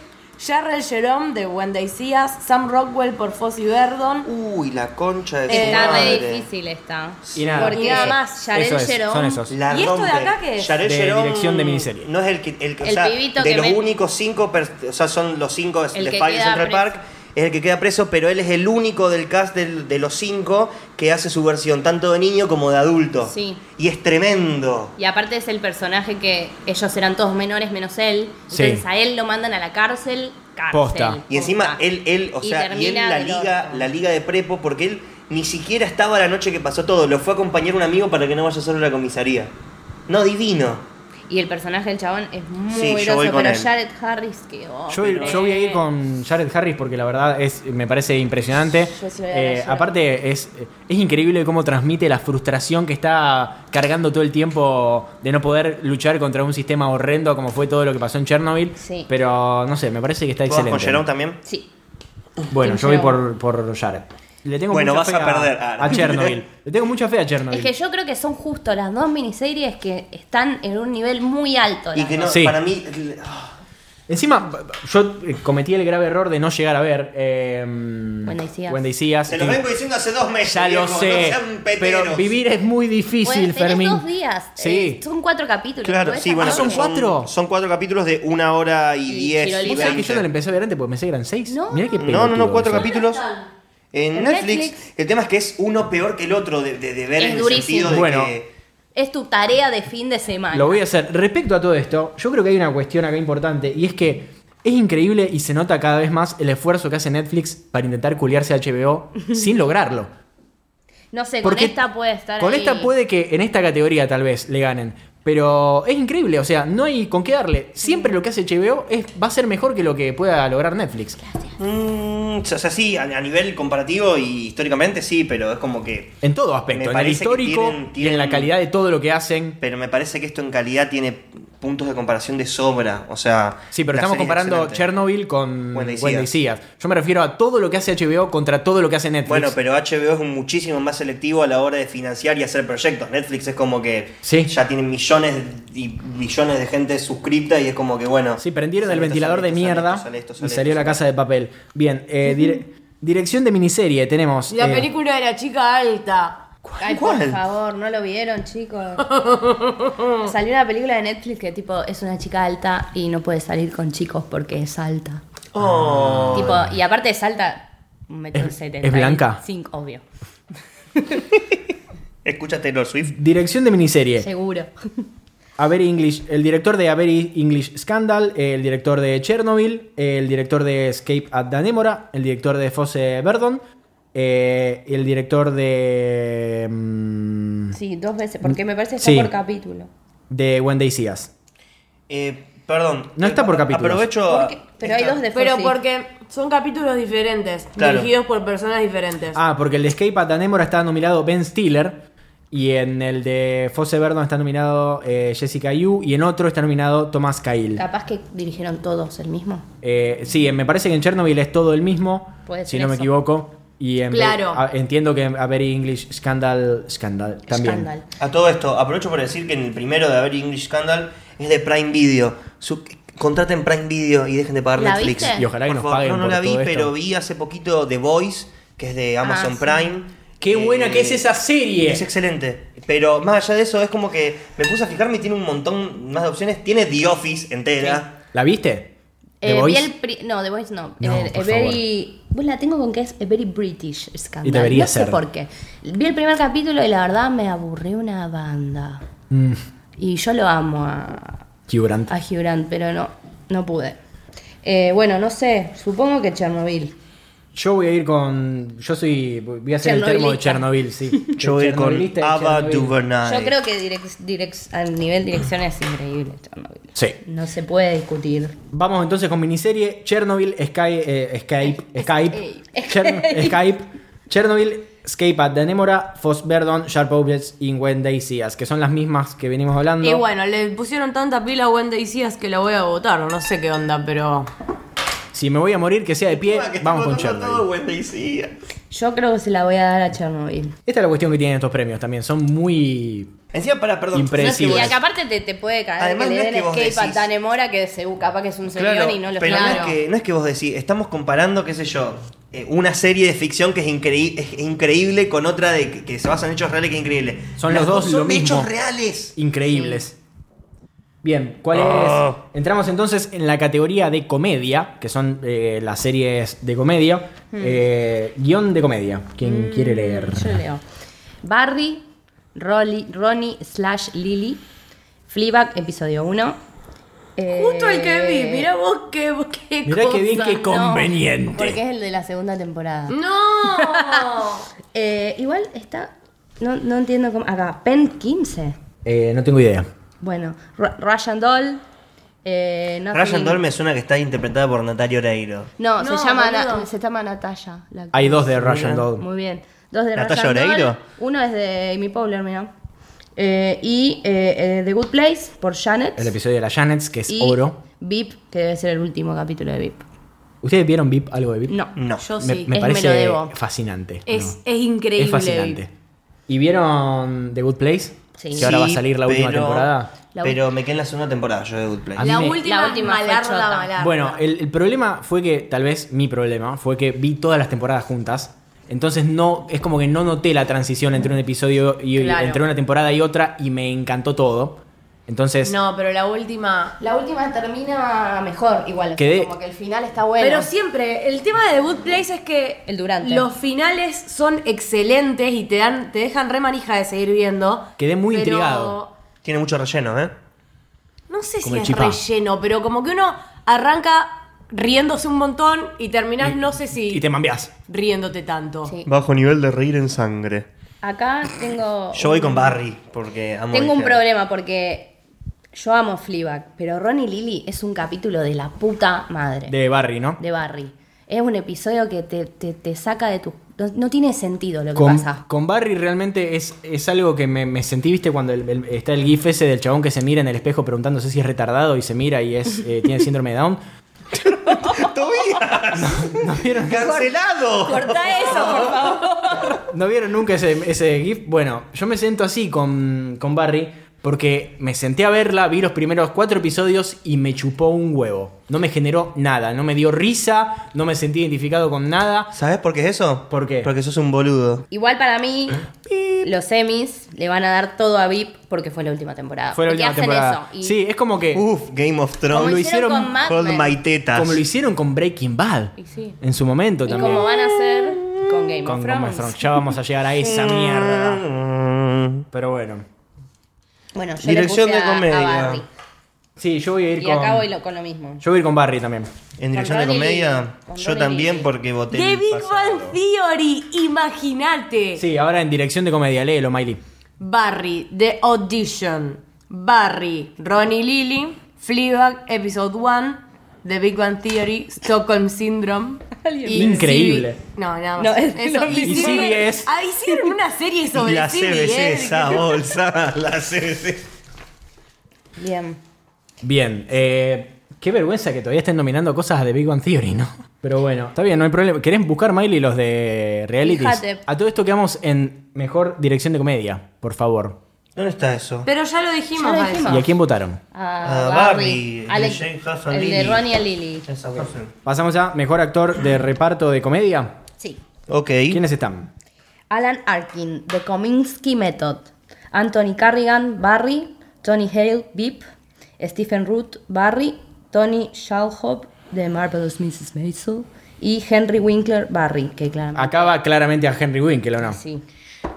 S3: Jarrell Jerome de When They See Us. Sam Rockwell por Fossey Verdon.
S4: Uy, la concha de su
S5: Está
S4: madre.
S5: re difícil esta.
S2: Y nada,
S5: Porque
S3: nada
S5: más, Jared
S2: eso es,
S5: Jerome-
S2: son esos.
S4: La
S3: ¿Y esto de
S4: rompe.
S3: acá qué es?
S4: Jared
S2: De
S4: Jerome
S2: dirección de miniserie.
S4: No es el que. El, que- o
S5: El
S4: sea,
S5: pibito
S4: de
S5: que
S4: los
S5: me-
S4: únicos cinco. per- O sea, son los cinco
S5: El
S4: de
S5: que
S4: Fire
S5: queda
S4: Central
S5: preso.
S4: Park. Es el que queda preso, pero él es el único del cast del- de los cinco que hace su versión, tanto de niño como de adulto.
S5: Sí.
S4: Y es tremendo.
S5: Y aparte es el personaje que ellos eran todos menores menos él.
S2: Sí.
S5: Entonces a él lo mandan a la cárcel. cárcel
S2: Posta.
S5: posta.
S4: Y encima él, él, o
S5: Y
S4: sea, y él
S5: termina
S4: la
S5: del
S4: liga,
S5: orto.
S4: la liga de prepo, porque él ni siquiera estaba la noche que pasó todo. Lo fue a acompañar un amigo para que no vaya solo a la comisaría. No, divino.
S5: Y el personaje del chabón es muy
S4: Sí, yo
S5: groso,
S4: voy con
S5: pero
S4: él.
S5: Jared Harris, que oh,
S2: Yo, yo voy a ir con Jared Harris porque la verdad es, me parece impresionante.
S5: Yo sí voy a dar a
S2: Eh,
S5: Jared.
S2: aparte, es, es increíble cómo transmite la frustración que está cargando todo el tiempo de no poder luchar contra un sistema horrendo como fue todo lo que pasó en Chernobyl.
S5: Sí.
S2: Pero no sé, me parece que está
S4: ¿Vos vas con
S2: excelente.
S4: Jerome también?
S5: Sí.
S2: Bueno,
S5: Team
S2: yo voy
S5: Jerome.
S2: por, por Jared. Le tengo
S4: Bueno,
S2: mucha
S4: vas
S2: fe
S4: a perder. Ah, no.
S2: a Chernobyl. Le tengo mucha fe a Chernobyl.
S5: Es que yo creo que son justo las dos miniseries que están en un nivel muy alto.
S4: Y
S5: las
S4: que
S5: dos.
S4: no,
S2: Sí.
S4: para mí.
S2: Encima, yo eh, cometí el grave error de no llegar a ver. Eh,
S5: Wendy Cías.
S2: Wendy Cías,
S4: Se los
S2: que-
S4: vengo diciendo hace dos meses.
S2: Ya lo
S4: viejo, no
S2: sé.
S4: sean
S2: pero
S4: peteros.
S2: vivir es muy difícil,
S5: Bueno, tenés
S2: Fermín.
S5: dos días.
S2: Sí.
S5: eh, son cuatro capítulos.
S4: Claro,
S5: podés
S4: sí, bueno.
S2: Ah, ¿son
S5: acabarlo.
S2: cuatro.
S4: Son cuatro capítulos de una hora y
S5: Y
S4: diez.
S5: Chirolita.
S4: y
S2: Vos sabés que yo no la
S4: 20.
S2: empecé a ver antes porque pensé que eran seis.
S5: No.
S2: Mirá qué
S4: No, no, no,
S2: pelotudo
S4: cuatro
S2: que soy.
S4: capítulos. En
S5: En
S4: Netflix,
S5: Netflix.
S4: el tema es que es uno peor que el otro de, de, de ver
S5: Es
S4: en el
S5: durísimo.
S4: sentido de
S2: Bueno.
S4: que...
S5: Es tu tarea de fin de semana.
S2: Lo voy a hacer. Respecto a todo esto, yo creo que hay una cuestión acá importante y es que es increíble y se nota cada vez más el esfuerzo que hace Netflix para intentar culiarse a HBO sin lograrlo.
S5: No sé,
S2: Porque
S5: con esta puede estar.
S2: Con
S5: ahí.
S2: esta puede que en esta categoría tal vez le ganen. Pero es increíble, o sea, no hay con qué darle. Siempre lo que hace HBO es, va a ser mejor que lo que pueda lograr Netflix.
S4: Mm, o sea, sí, a, a nivel comparativo y históricamente sí, pero es como que...
S2: En todo aspecto,
S4: Me
S2: en el
S4: parece que
S2: histórico
S4: tienen-
S2: y en la
S4: tienen-
S2: calidad de todo lo que hacen.
S4: Pero me parece que esto en calidad tiene puntos de comparación de sobra, o sea...
S2: Sí, pero
S4: la
S2: estamos
S4: serie es
S2: comparando
S4: excelente.
S2: Chernobyl con
S4: Wendy Cías.
S2: Wendy Cías. Yo me refiero a todo lo que hace HBO contra todo lo que hace Netflix.
S4: Bueno, pero HBO es muchísimo más selectivo a la hora de financiar y hacer proyectos. Netflix es como que
S2: Sí.
S4: ya tienen millones y billones de gente suscripta y es como que, bueno...
S2: Sí, prendieron el
S4: sale esto,
S2: ventilador
S4: sale
S2: de
S4: esto, sale
S2: mierda
S4: esto, sale esto,
S2: y
S4: sale
S2: salió
S4: esto,
S2: la casa de papel. Bien, eh, dire- dirección de miniserie tenemos.
S3: La
S2: eh,
S3: película de la chica alta.
S5: Ay,
S4: ¿Cuál?
S5: por favor, no lo vieron, chicos. Salió una película de Netflix que tipo es una chica alta y no puede salir con chicos porque es alta.
S4: Oh.
S5: Tipo, y aparte es alta, un metro
S2: ¿Es-
S5: setenta.
S2: es blanca?
S5: Cinco, obvio.
S4: Escucha Taylor Swift.
S2: Dirección de miniserie.
S5: Seguro.
S2: A Very English, el director de A Very English Scandal, el director de Chernobyl, el director de Escape at Danemora, el director de Fosse Verdon, eh, el director de. mm,
S5: Sí, dos veces, porque me parece que
S2: Sí.
S5: está por capítulo.
S2: de Wendy Cías.
S4: Eh, perdón.
S2: No está por
S4: A-
S2: capítulos.
S4: Aprovecho.
S5: Porque- pero hay dos de
S3: Pero
S5: Fossi.
S3: porque son capítulos diferentes,
S4: Claro.
S3: dirigidos por personas diferentes.
S2: Ah, porque el de Escape at Danemora está nominado Ben Stiller. Y en el de Fosse Verdon está nominado eh, Jessica Yu. Y en otro está nominado Thomas Cahill.
S5: Capaz que dirigieron todos el mismo.
S2: Eh, sí, me parece que en Chernobyl es todo el mismo,
S5: Puede ser
S2: si no me
S5: eso.
S2: equivoco. Y en
S3: Claro.
S2: a- entiendo que a Very English Scandal, Scandal también.
S5: Scandal.
S4: A todo esto, aprovecho por decir que en el primero de haber English Scandal es de Prime Video. Su- contraten Prime Video y dejen de pagar
S5: ¿La
S4: Netflix.
S5: viste?
S2: Y ojalá que
S4: Por
S2: nos
S4: favor,
S2: paguen
S4: No, no
S2: por
S4: la vi,
S2: todo esto.
S4: pero vi hace poquito The Voice, que es de Amazon
S5: Ah, sí.
S4: Prime.
S2: Qué
S4: Eh,
S2: buena que es esa serie.
S4: Es excelente. Pero más allá de eso, es como que me puse a fijarme y tiene un montón más de opciones. Tiene The Office entera.
S2: ¿La viste?
S5: Eh,
S2: ¿The
S5: vi
S2: Voice?
S5: el pri- no, The Voice no.
S2: No,
S5: El-
S2: por
S5: a very... Vos la tengo con que es a Very British Scandal.
S2: Y debería
S5: no sé
S2: ser.
S5: por qué. Vi el primer capítulo y la verdad me aburrió una banda.
S2: Mm,
S5: Y yo lo amo a,
S2: Hugh Grant.
S5: a Hugh Grant, pero no, no pude. Eh, bueno, no sé, supongo que Chernobyl.
S2: Yo voy a ir con. Yo soy. Voy a hacer el termo de
S5: Chernobylista.
S2: Chernobyl, sí.
S4: Yo voy con
S2: Chernobylista de
S4: Ava
S2: Chernobyl.
S4: DuVernay.
S5: Yo creo que direc- direc- al nivel dirección es increíble Chernobyl.
S2: Sí.
S5: No se puede discutir.
S2: Vamos entonces con miniserie Chernobyl, Sky, eh, Skype, Skype, Chern- Skype, Chernobyl, Escape at Danemora, Fosberdon, Sharp Objects y Wendy Seas, que son las mismas que venimos hablando.
S3: Y bueno, le pusieron tanta pila a Wendy Cías que la voy a votar, no sé qué onda, pero...
S2: Si me voy a morir, que sea de pie,
S4: Ah, que
S2: vamos con
S4: está contando
S2: Chernobyl.
S4: todo Wendy Cías.
S5: Yo creo que se la voy a dar a Chernobyl.
S2: Esta es la cuestión que tienen estos premios también, son muy...
S4: Encima, para, perdón.
S2: Impredecible. Sí,
S5: y
S2: bueno.
S5: acá aparte te, te puede caer
S4: Además,
S5: que
S4: no
S5: le
S4: es
S5: den
S4: que vos
S5: escape a
S4: decís-
S5: Tanemora que se, capaz que es un serión
S4: Claro,
S5: y no lo
S4: pero no es,
S3: claro.
S4: que, no es que vos decís, estamos comparando, qué sé yo, eh, una serie de ficción que es, increí- es increíble con otra de que, que se basa en hechos reales que es increíble.
S2: Son los dos
S4: son
S2: lo mismo.
S4: hechos reales.
S2: increíbles. Bien, ¿cuál
S4: Ah.
S2: es? Entramos entonces en la categoría de comedia, que son eh, las series de comedia.
S5: Hmm.
S2: Eh, guión de comedia, quien quiere leer.
S5: Yo leo. Barry, Rolly, Ronnie slash Lily, Fleabag, episodio Eh, 1.
S3: Justo el que vi, mirá vos qué, qué
S2: Mirá qué bien
S3: cosa.
S2: que conveniente.
S5: Porque es el de la segunda temporada.
S3: ¡No!
S5: Eh, igual está. No, no entiendo cómo. Acá, Pen 15.
S2: Eh, no tengo idea.
S5: Bueno, Ra- Russian Doll. Eh, Nothing-
S4: Ryan Doll me suena que está interpretada por Natalia Oreiro.
S5: No,
S3: No,
S5: se, llama Na-
S3: boludo.
S5: se llama Natalia. la actriz.
S2: Hay dos de Russian Doll.
S5: Muy bien. Dos de
S4: ¿Natalia
S5: Russian Doll,
S4: Oreiro?
S5: Uno es de Amy Powler, mira. Eh, y eh, eh, The Good Place por Janet.
S2: El episodio de la Janets, que es
S5: y
S2: oro.
S5: VIP, que debe ser el último capítulo de VIP.
S2: ¿Ustedes vieron VIP? ¿Algo de VIP?
S5: No.
S4: No.
S3: Yo
S2: Me,
S3: sí.
S2: me
S5: es
S2: parece
S5: me lo debo.
S2: fascinante.
S3: es,
S2: ¿no?
S3: es increíble.
S2: Es fascinante. ¿Y vieron The Good Place?
S5: Sí.
S2: Que ahora va a
S4: Sí,
S2: salir la última
S4: pero-
S2: temporada.
S5: La
S4: Pero me quedé en la segunda temporada yo de Mm. Good Place.
S2: A mí
S6: La
S2: me-
S6: última,
S5: la última fue
S6: malarda,
S5: chota.
S6: malarda.
S2: Bueno, el, el problema fue que, tal vez mi problema, fue que vi todas las temporadas juntas. Entonces no, es como que no noté la transición entre un episodio y
S6: Claro.
S2: entre una temporada y otra y me encantó todo. Entonces,
S6: No, pero la última.
S5: La última termina mejor, igual. o sea,
S2: Quedé-
S5: Como que el final está bueno.
S3: Pero siempre, el tema de The Good Place es que
S5: El Durante.
S3: los finales son excelentes y te dan, te dejan re manija de seguir viendo.
S2: Quedé muy
S3: pero
S2: intrigado.
S4: Tiene mucho relleno, ¿eh?
S3: No sé
S2: Como el
S3: si es
S2: chipá.
S3: relleno, pero como que uno arranca riéndose un montón y terminás, no sé si
S2: y te mambiás.
S3: riéndote tanto.
S5: Sí.
S4: Bajo nivel de reír en sangre.
S5: Acá tengo.
S4: Yo voy con
S5: un-
S4: Barry, porque amo
S5: Tengo un
S4: Big Bang.
S5: problema porque yo amo Fleabag, pero Ron y Lily es un capítulo de la puta madre de,
S2: De Barry, ¿no?
S5: Barry. Es un episodio que te, te- te saca de tu... No, no tiene sentido lo que
S2: Con,
S5: pasa.
S2: con Barry realmente es, es algo que me, me sentí, viste, cuando el- el- está el gif ese del chabón que se mira en el espejo preguntándose si es retardado y se mira y es eh, tiene síndrome de Down.
S4: ¡Tobías!
S2: ¿No vieron,
S4: ¡Cancelado!
S5: Corta eso, por favor.
S2: no vieron nunca ese, ese gif? Bueno, yo me siento así con, con Barry porque me senté a verla, vi los primeros cuatro episodios y me chupó un huevo. No me generó nada, no me dio risa, no me sentí identificado con nada.
S4: ¿Sabes por qué es eso?
S2: ¿Por qué?
S4: Porque sos un boludo.
S5: Igual para mí,
S2: ¿Eh?
S5: los Emmys le van a dar todo a VIP porque fue la última temporada.
S2: Fue la
S5: Porque
S2: última
S5: hacen
S2: temporada.
S5: eso y-
S2: Sí, es como que...
S4: Uf, Game of
S5: como
S2: lo
S4: Thrones.
S5: hicieron,
S2: hicieron
S5: con Mad
S4: Hold
S5: Men.
S4: my tetas.
S2: Como lo hicieron con Breaking Bad.
S5: Y sí.
S2: En su momento
S5: Y
S2: también.
S5: como van a hacer con Game
S2: con
S5: of
S2: Game
S5: Thrones.
S2: of Thrones. Ya vamos a llegar a esa mierda.
S4: Mm.
S2: Pero bueno.
S5: Bueno, yo
S4: Dirección
S5: le puse
S4: de
S5: a- a
S4: comedia.
S5: Barry.
S2: Sí, yo voy a ir
S5: Y
S2: con.
S5: acá voy lo- con lo mismo.
S2: Yo voy a ir con Barry también.
S4: En dirección de
S5: Ron y
S4: comedia,
S5: Lily. Con
S4: yo
S5: Ron y
S4: también
S5: Lily.
S4: porque voté.
S3: The
S4: el
S3: Big
S4: pasado.
S3: Bang Theory, imagínate.
S2: Sí, ahora en dirección de comedia, léelo, Miley.
S3: Barry, The Audition. Barry, Ronnie Lily, Fleabag, Episode 1, The Big Bang Theory, Stockholm Syndrome. y
S2: Increíble.
S3: Civi- No, nada más.
S5: No, es-
S3: Eso,
S5: no,
S3: y
S5: y
S3: Civi-
S2: Civi es-
S3: Ah, hicieron una serie sobre
S4: Y la
S3: Civi,
S4: CBC,
S3: ¿eh?
S4: esa bolsa. La CBC.
S5: Bien.
S2: Bien. eh, qué vergüenza que todavía estén nominando cosas de Big One Theory, ¿no? Pero bueno, está bien, no hay problema. ¿Querés buscar, Miley, los de realities?
S5: Fíjate.
S2: A todo esto quedamos en mejor dirección de comedia, por favor.
S4: ¿Dónde está eso?
S3: Pero ya lo dijimos.
S5: Ya lo
S3: a eso.
S5: dijimos.
S2: ¿Y a quién votaron?
S5: A
S4: A Barry,
S5: Barry,
S4: el
S5: Alex-
S4: de Jane Hudson
S5: el de
S4: Lily.
S5: Ronnie a Lily.
S4: Esa bolsa.
S2: Pasamos a mejor actor de reparto de comedia.
S5: Sí.
S4: Ok.
S2: ¿Quiénes están?
S5: Alan Arkin, The Kominsky Method, Anthony Carrigan, Barry, Tony Hale, Bip, Stephen Root, Barry, Tony Shalhoub, The Marvelous Mrs. Maisel y Henry Winkler, Barry, que claramente...
S2: Acaba claramente a Henry Winkle, ¿o no?
S5: Sí.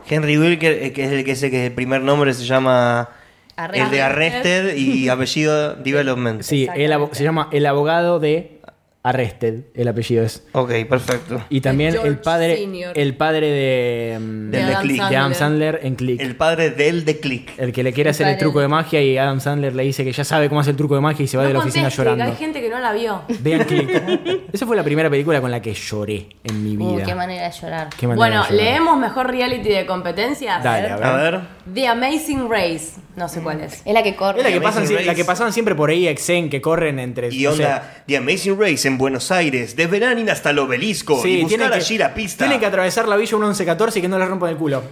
S4: Henry Wilker, eh, que es el que sé que el primer nombre se llama.
S5: Arrested.
S4: El de Arrested y apellido Development.
S2: Sí, el abo- se llama El abogado de Arrested, el apellido es.
S4: Ok, perfecto.
S2: Y también
S3: George
S2: el padre
S3: Senior.
S2: el padre de, mm,
S4: Del de Click.
S2: de Adam Sandler en Click.
S4: El
S2: El,
S4: padre del de Click.
S2: que le quiere hacer el
S5: padre
S2: truco
S5: de-
S2: de magia y Adam Sandler le dice que ya sabe cómo hace el truco de magia y se va
S3: No
S2: de la oficina
S3: contestes, que
S2: llorando.
S3: Hay gente que no la vio.
S2: Vean Click. Esa fue la primera película con la que lloré en mi
S5: Uh,
S2: vida.
S5: qué manera de llorar.
S2: Qué manera
S3: Bueno,
S2: de llorar.
S3: leemos mejor reality de competencias.
S2: Dale, a ver.
S4: A ver.
S3: The Amazing Race. No sé cuál es.
S5: Es la que corre.
S2: Es la que,
S4: Amazing
S2: pasan, sie-
S4: Race.
S2: la que pasaban siempre por ahí, Exen, que corren entre.
S4: Y
S2: no sé.
S4: onda, The Amazing Race en Buenos Aires, desde Lenin hasta el obelisco y buscar
S2: tienen que-
S4: allí la pista.
S2: Tienen que atravesar la villa un 11-14 y que no les rompan el culo.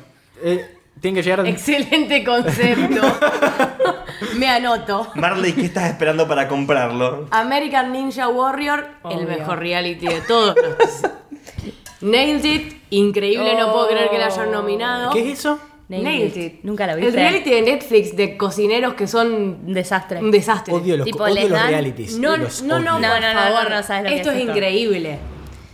S2: Eh, tienen que llegar.
S3: Excelente concepto. Me anoto.
S4: Marley, ¿qué estás esperando para comprarlo?
S3: American Ninja Warrior, el mejor reality de todos. los- Nailed It, increíble, no puedo creer que la hayan nominado.
S2: ¿Qué es eso?
S5: Nailed It. Nunca la
S3: El
S5: viste.
S3: reality de Netflix de cocineros que son
S5: Un desastre.
S3: un desastre.
S2: Odio los,
S5: Tipo,
S2: odio
S5: les
S2: los
S5: dan-
S2: realities.
S3: No,
S2: los
S3: no, no,
S2: odio.
S5: No,
S3: por
S5: no, no,
S3: favor.
S5: no sabes lo que
S3: Esto
S5: es
S3: es,
S5: esto.
S3: increíble.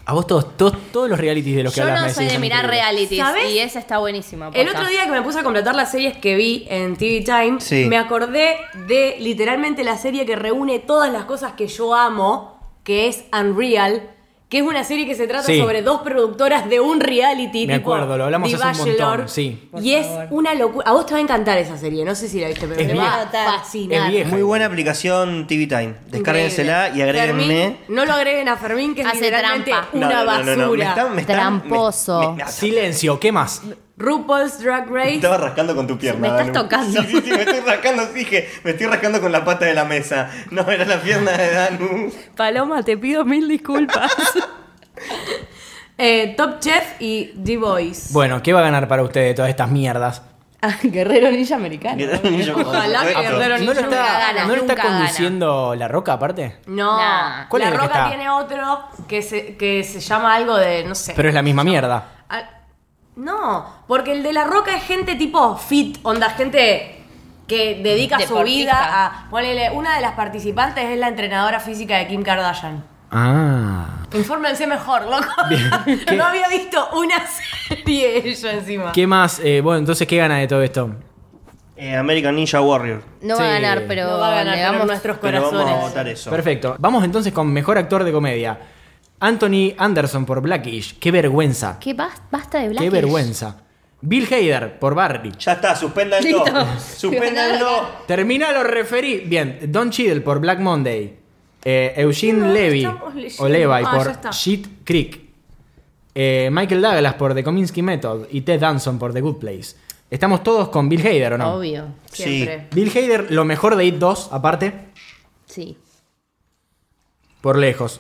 S2: A vos todos, todos, todos los realities de los que
S5: Yo
S2: hablas
S5: no
S2: me
S5: soy
S2: decís
S5: de
S2: son
S5: mirar
S2: increíbles.
S5: realities
S3: ¿Sabes?
S5: y esa está buenísima.
S3: El
S5: posta.
S3: otro día que me puse a completar las series que vi en TV Time,
S4: Sí.
S3: me acordé de literalmente la serie que reúne todas las cosas que yo amo, que es Unreal, que es una serie que se trata
S2: Sí.
S3: sobre dos productoras de un reality.
S2: Me
S3: tipo
S2: acuerdo, lo hablamos
S3: The
S2: hace un montón,
S3: Bachelor,
S2: sí.
S5: Por
S3: Y es
S5: favor.
S3: una locura. A vos te va a encantar esa serie, no sé si la viste, pero
S2: Es
S3: te va a
S5: vieja.
S3: fascinar.
S2: Es vieja.
S4: Muy buena aplicación TV Time. Descárguensela y agréguenme.
S3: Fermín, no lo agreguen a Fermín, que es
S5: Hace
S3: literalmente
S5: trampa.
S4: No,
S3: una
S4: no, no, no,
S3: basura.
S4: no, me están- me están-
S5: Tramposo.
S4: me- me- me-
S2: Silencio, ¿qué más?
S3: RuPaul's Drag
S4: Me
S3: Race.
S4: estaba rascando con tu pierna.
S5: Me estás
S4: Danu.
S5: tocando.
S4: Sí, sí, sí, me estoy rascando, sí, dije, me estoy rascando con la pata de la mesa. No, era la pierna de Danu.
S5: Paloma, te pido mil disculpas.
S3: Eh, Top Chef y The Voice. Eh,
S2: Bueno, ¿qué va a ganar para ustedes todas estas mierdas?
S5: Ah, Guerrero Ninja Americano.
S4: Guerrero Ninja.
S3: Ojalá que
S4: Ah,
S2: ¿No
S3: Guerrero
S4: pero-
S2: lo
S3: Ninja
S2: está,
S3: nunca gana,
S2: ¿no lo está
S3: nunca gana.
S2: conduciendo La Roca aparte?
S3: No,
S5: Nah.
S2: ¿Cuál
S3: La
S2: es el que
S3: Roca
S2: está?
S3: tiene otro que se, que se llama algo de, no sé.
S2: Pero es la misma mierda.
S3: Ah, No, porque el de La Roca es gente tipo fit, onda, gente que dedica su
S5: Deportista.
S3: vida a... Ponele, una de las participantes es la entrenadora física de Kim Kardashian.
S2: Ah.
S3: Infórmense mejor, loco.
S2: Bien. ¿Qué?
S3: No había visto una serie yo encima.
S2: ¿Qué más? Eh, bueno, entonces, ¿qué gana de todo esto?
S4: Eh, American Ninja Warrior.
S5: No va a
S2: Sí.
S5: ganar, pero
S3: No va a ganar
S5: le
S3: pero
S5: vamos-
S3: nuestros
S4: Pero
S3: corazones.
S4: vamos a votar eso.
S2: Perfecto. Vamos entonces con mejor actor de comedia. Anthony Anderson por Blackish. Qué vergüenza.
S5: ¿Qué bas- basta de
S2: Qué
S5: Blackish?
S2: vergüenza. Bill Hader por Barry.
S4: Ya está, suspendanlo.
S5: Listo.
S4: Suspendanlo.
S2: Termina lo referí. Bien, Don Cheadle por Black Monday. Eh, Eugene
S3: No,
S2: Levy
S3: estamos leyendo.
S2: o Levi
S3: Ah, ya
S2: por
S3: está.
S2: Shit Creek. Eh, Michael Douglas por The Kominsky Method y Ted Danson por The Good Place. Estamos todos con Bill Hader, ¿o no?
S5: Obvio,
S3: Siempre.
S2: Bill Hader, lo mejor de It 2, aparte,
S5: sí.
S2: por lejos.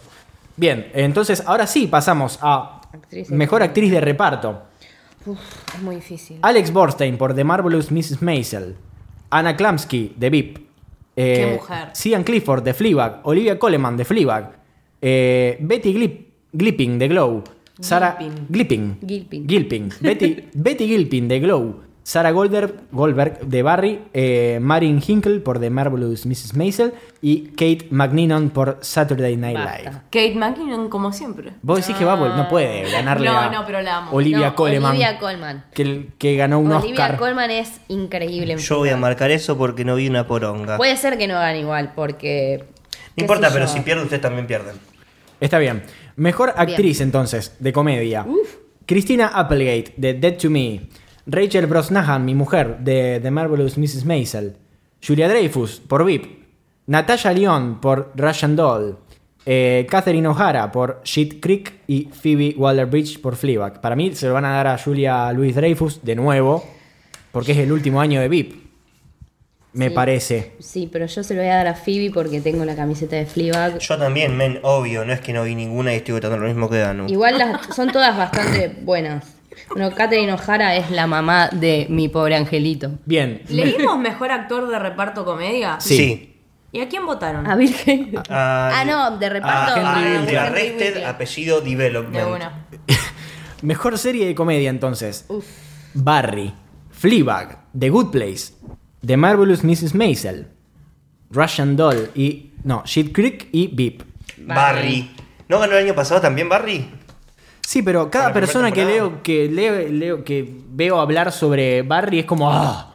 S2: Bien, entonces ahora sí pasamos a
S5: Actriz.
S2: mejor actriz de reparto.
S5: Uf, es muy difícil.
S2: Alex Borstein por The Marvelous Mrs. Maisel. Anna Klamsky de VIP. Eh,
S3: Qué mujer.
S2: Sian Clifford de Fleabag. Olivia Coleman de Fleabag. Eh, Betty Glip- Glipping de Glow. Sara Glipping.
S5: Gilpin.
S2: Gilpin. Betty, Betty Gilpin de Glow. Sara Goldberg, Goldberg de Barry. Eh, Marin Hinkle por The Marvelous Mrs. Maisel. Y Kate McNinnon por Saturday Night
S5: Basta.
S2: Live.
S3: Kate McKinnon, como siempre.
S2: Vos decís que Bubble no puede ganarle
S3: Ah. No,
S2: a
S3: no, pero la amo.
S2: Olivia
S5: No,
S2: Coleman.
S5: Olivia Colman.
S2: Que, que ganó un
S5: Olivia
S2: Oscar.
S5: Colman es increíble.
S4: Yo voy a marcar eso porque no vi una poronga. No
S5: Puede ser que no gane igual, porque. qué
S4: importa,
S5: sé
S4: pero
S5: yo.
S4: si pierden, ustedes también pierden.
S2: Está bien. Mejor actriz entonces, de comedia. Christina Applegate, de Dead to Me. Rachel Brosnahan, mi mujer, de The Marvelous Mrs. Maisel. Julia Dreyfus, por VIP. Natasha Lyon, por Russian Doll. Eh, Catherine O'Hara, por Shit Creek. Y Phoebe Waller-Bridge, por Fleabag. Para mí se lo van a dar a Julia Louis Dreyfus de nuevo, porque es el último año de VIP. Me parece.
S5: Sí, pero yo se lo voy a dar a Phoebe porque tengo la camiseta de Fleabag.
S4: Yo también, men, obvio, no es que no vi ninguna y estoy votando lo mismo que Danu.
S5: Igual las, son todas bastante buenas. Bueno, Katherine O'Hara es la mamá de mi pobre angelito.
S2: Bien.
S3: ¿Leímos mejor actor de reparto comedia?
S2: Sí.
S3: ¿Y a quién votaron?
S5: A Virgen.
S4: Ah,
S5: Ah, no, de reparto.
S4: a-
S5: Ah,
S4: a- de
S5: Henry
S4: Arrested,
S5: Winkler.
S4: apellido Development.
S3: De una.
S2: Mejor serie de comedia entonces.
S5: Uf.
S2: Barry, Fleabag, The Good Place, The Marvelous Mrs. Maisel, Russian Doll y no, Shit Creek y Beep.
S4: Barry. ¿No ganó el año pasado también Barry?
S2: Sí, pero cada
S4: Para la primera
S2: persona que
S4: temporada.
S2: leo que leo, leo que veo hablar sobre Barry es como ah.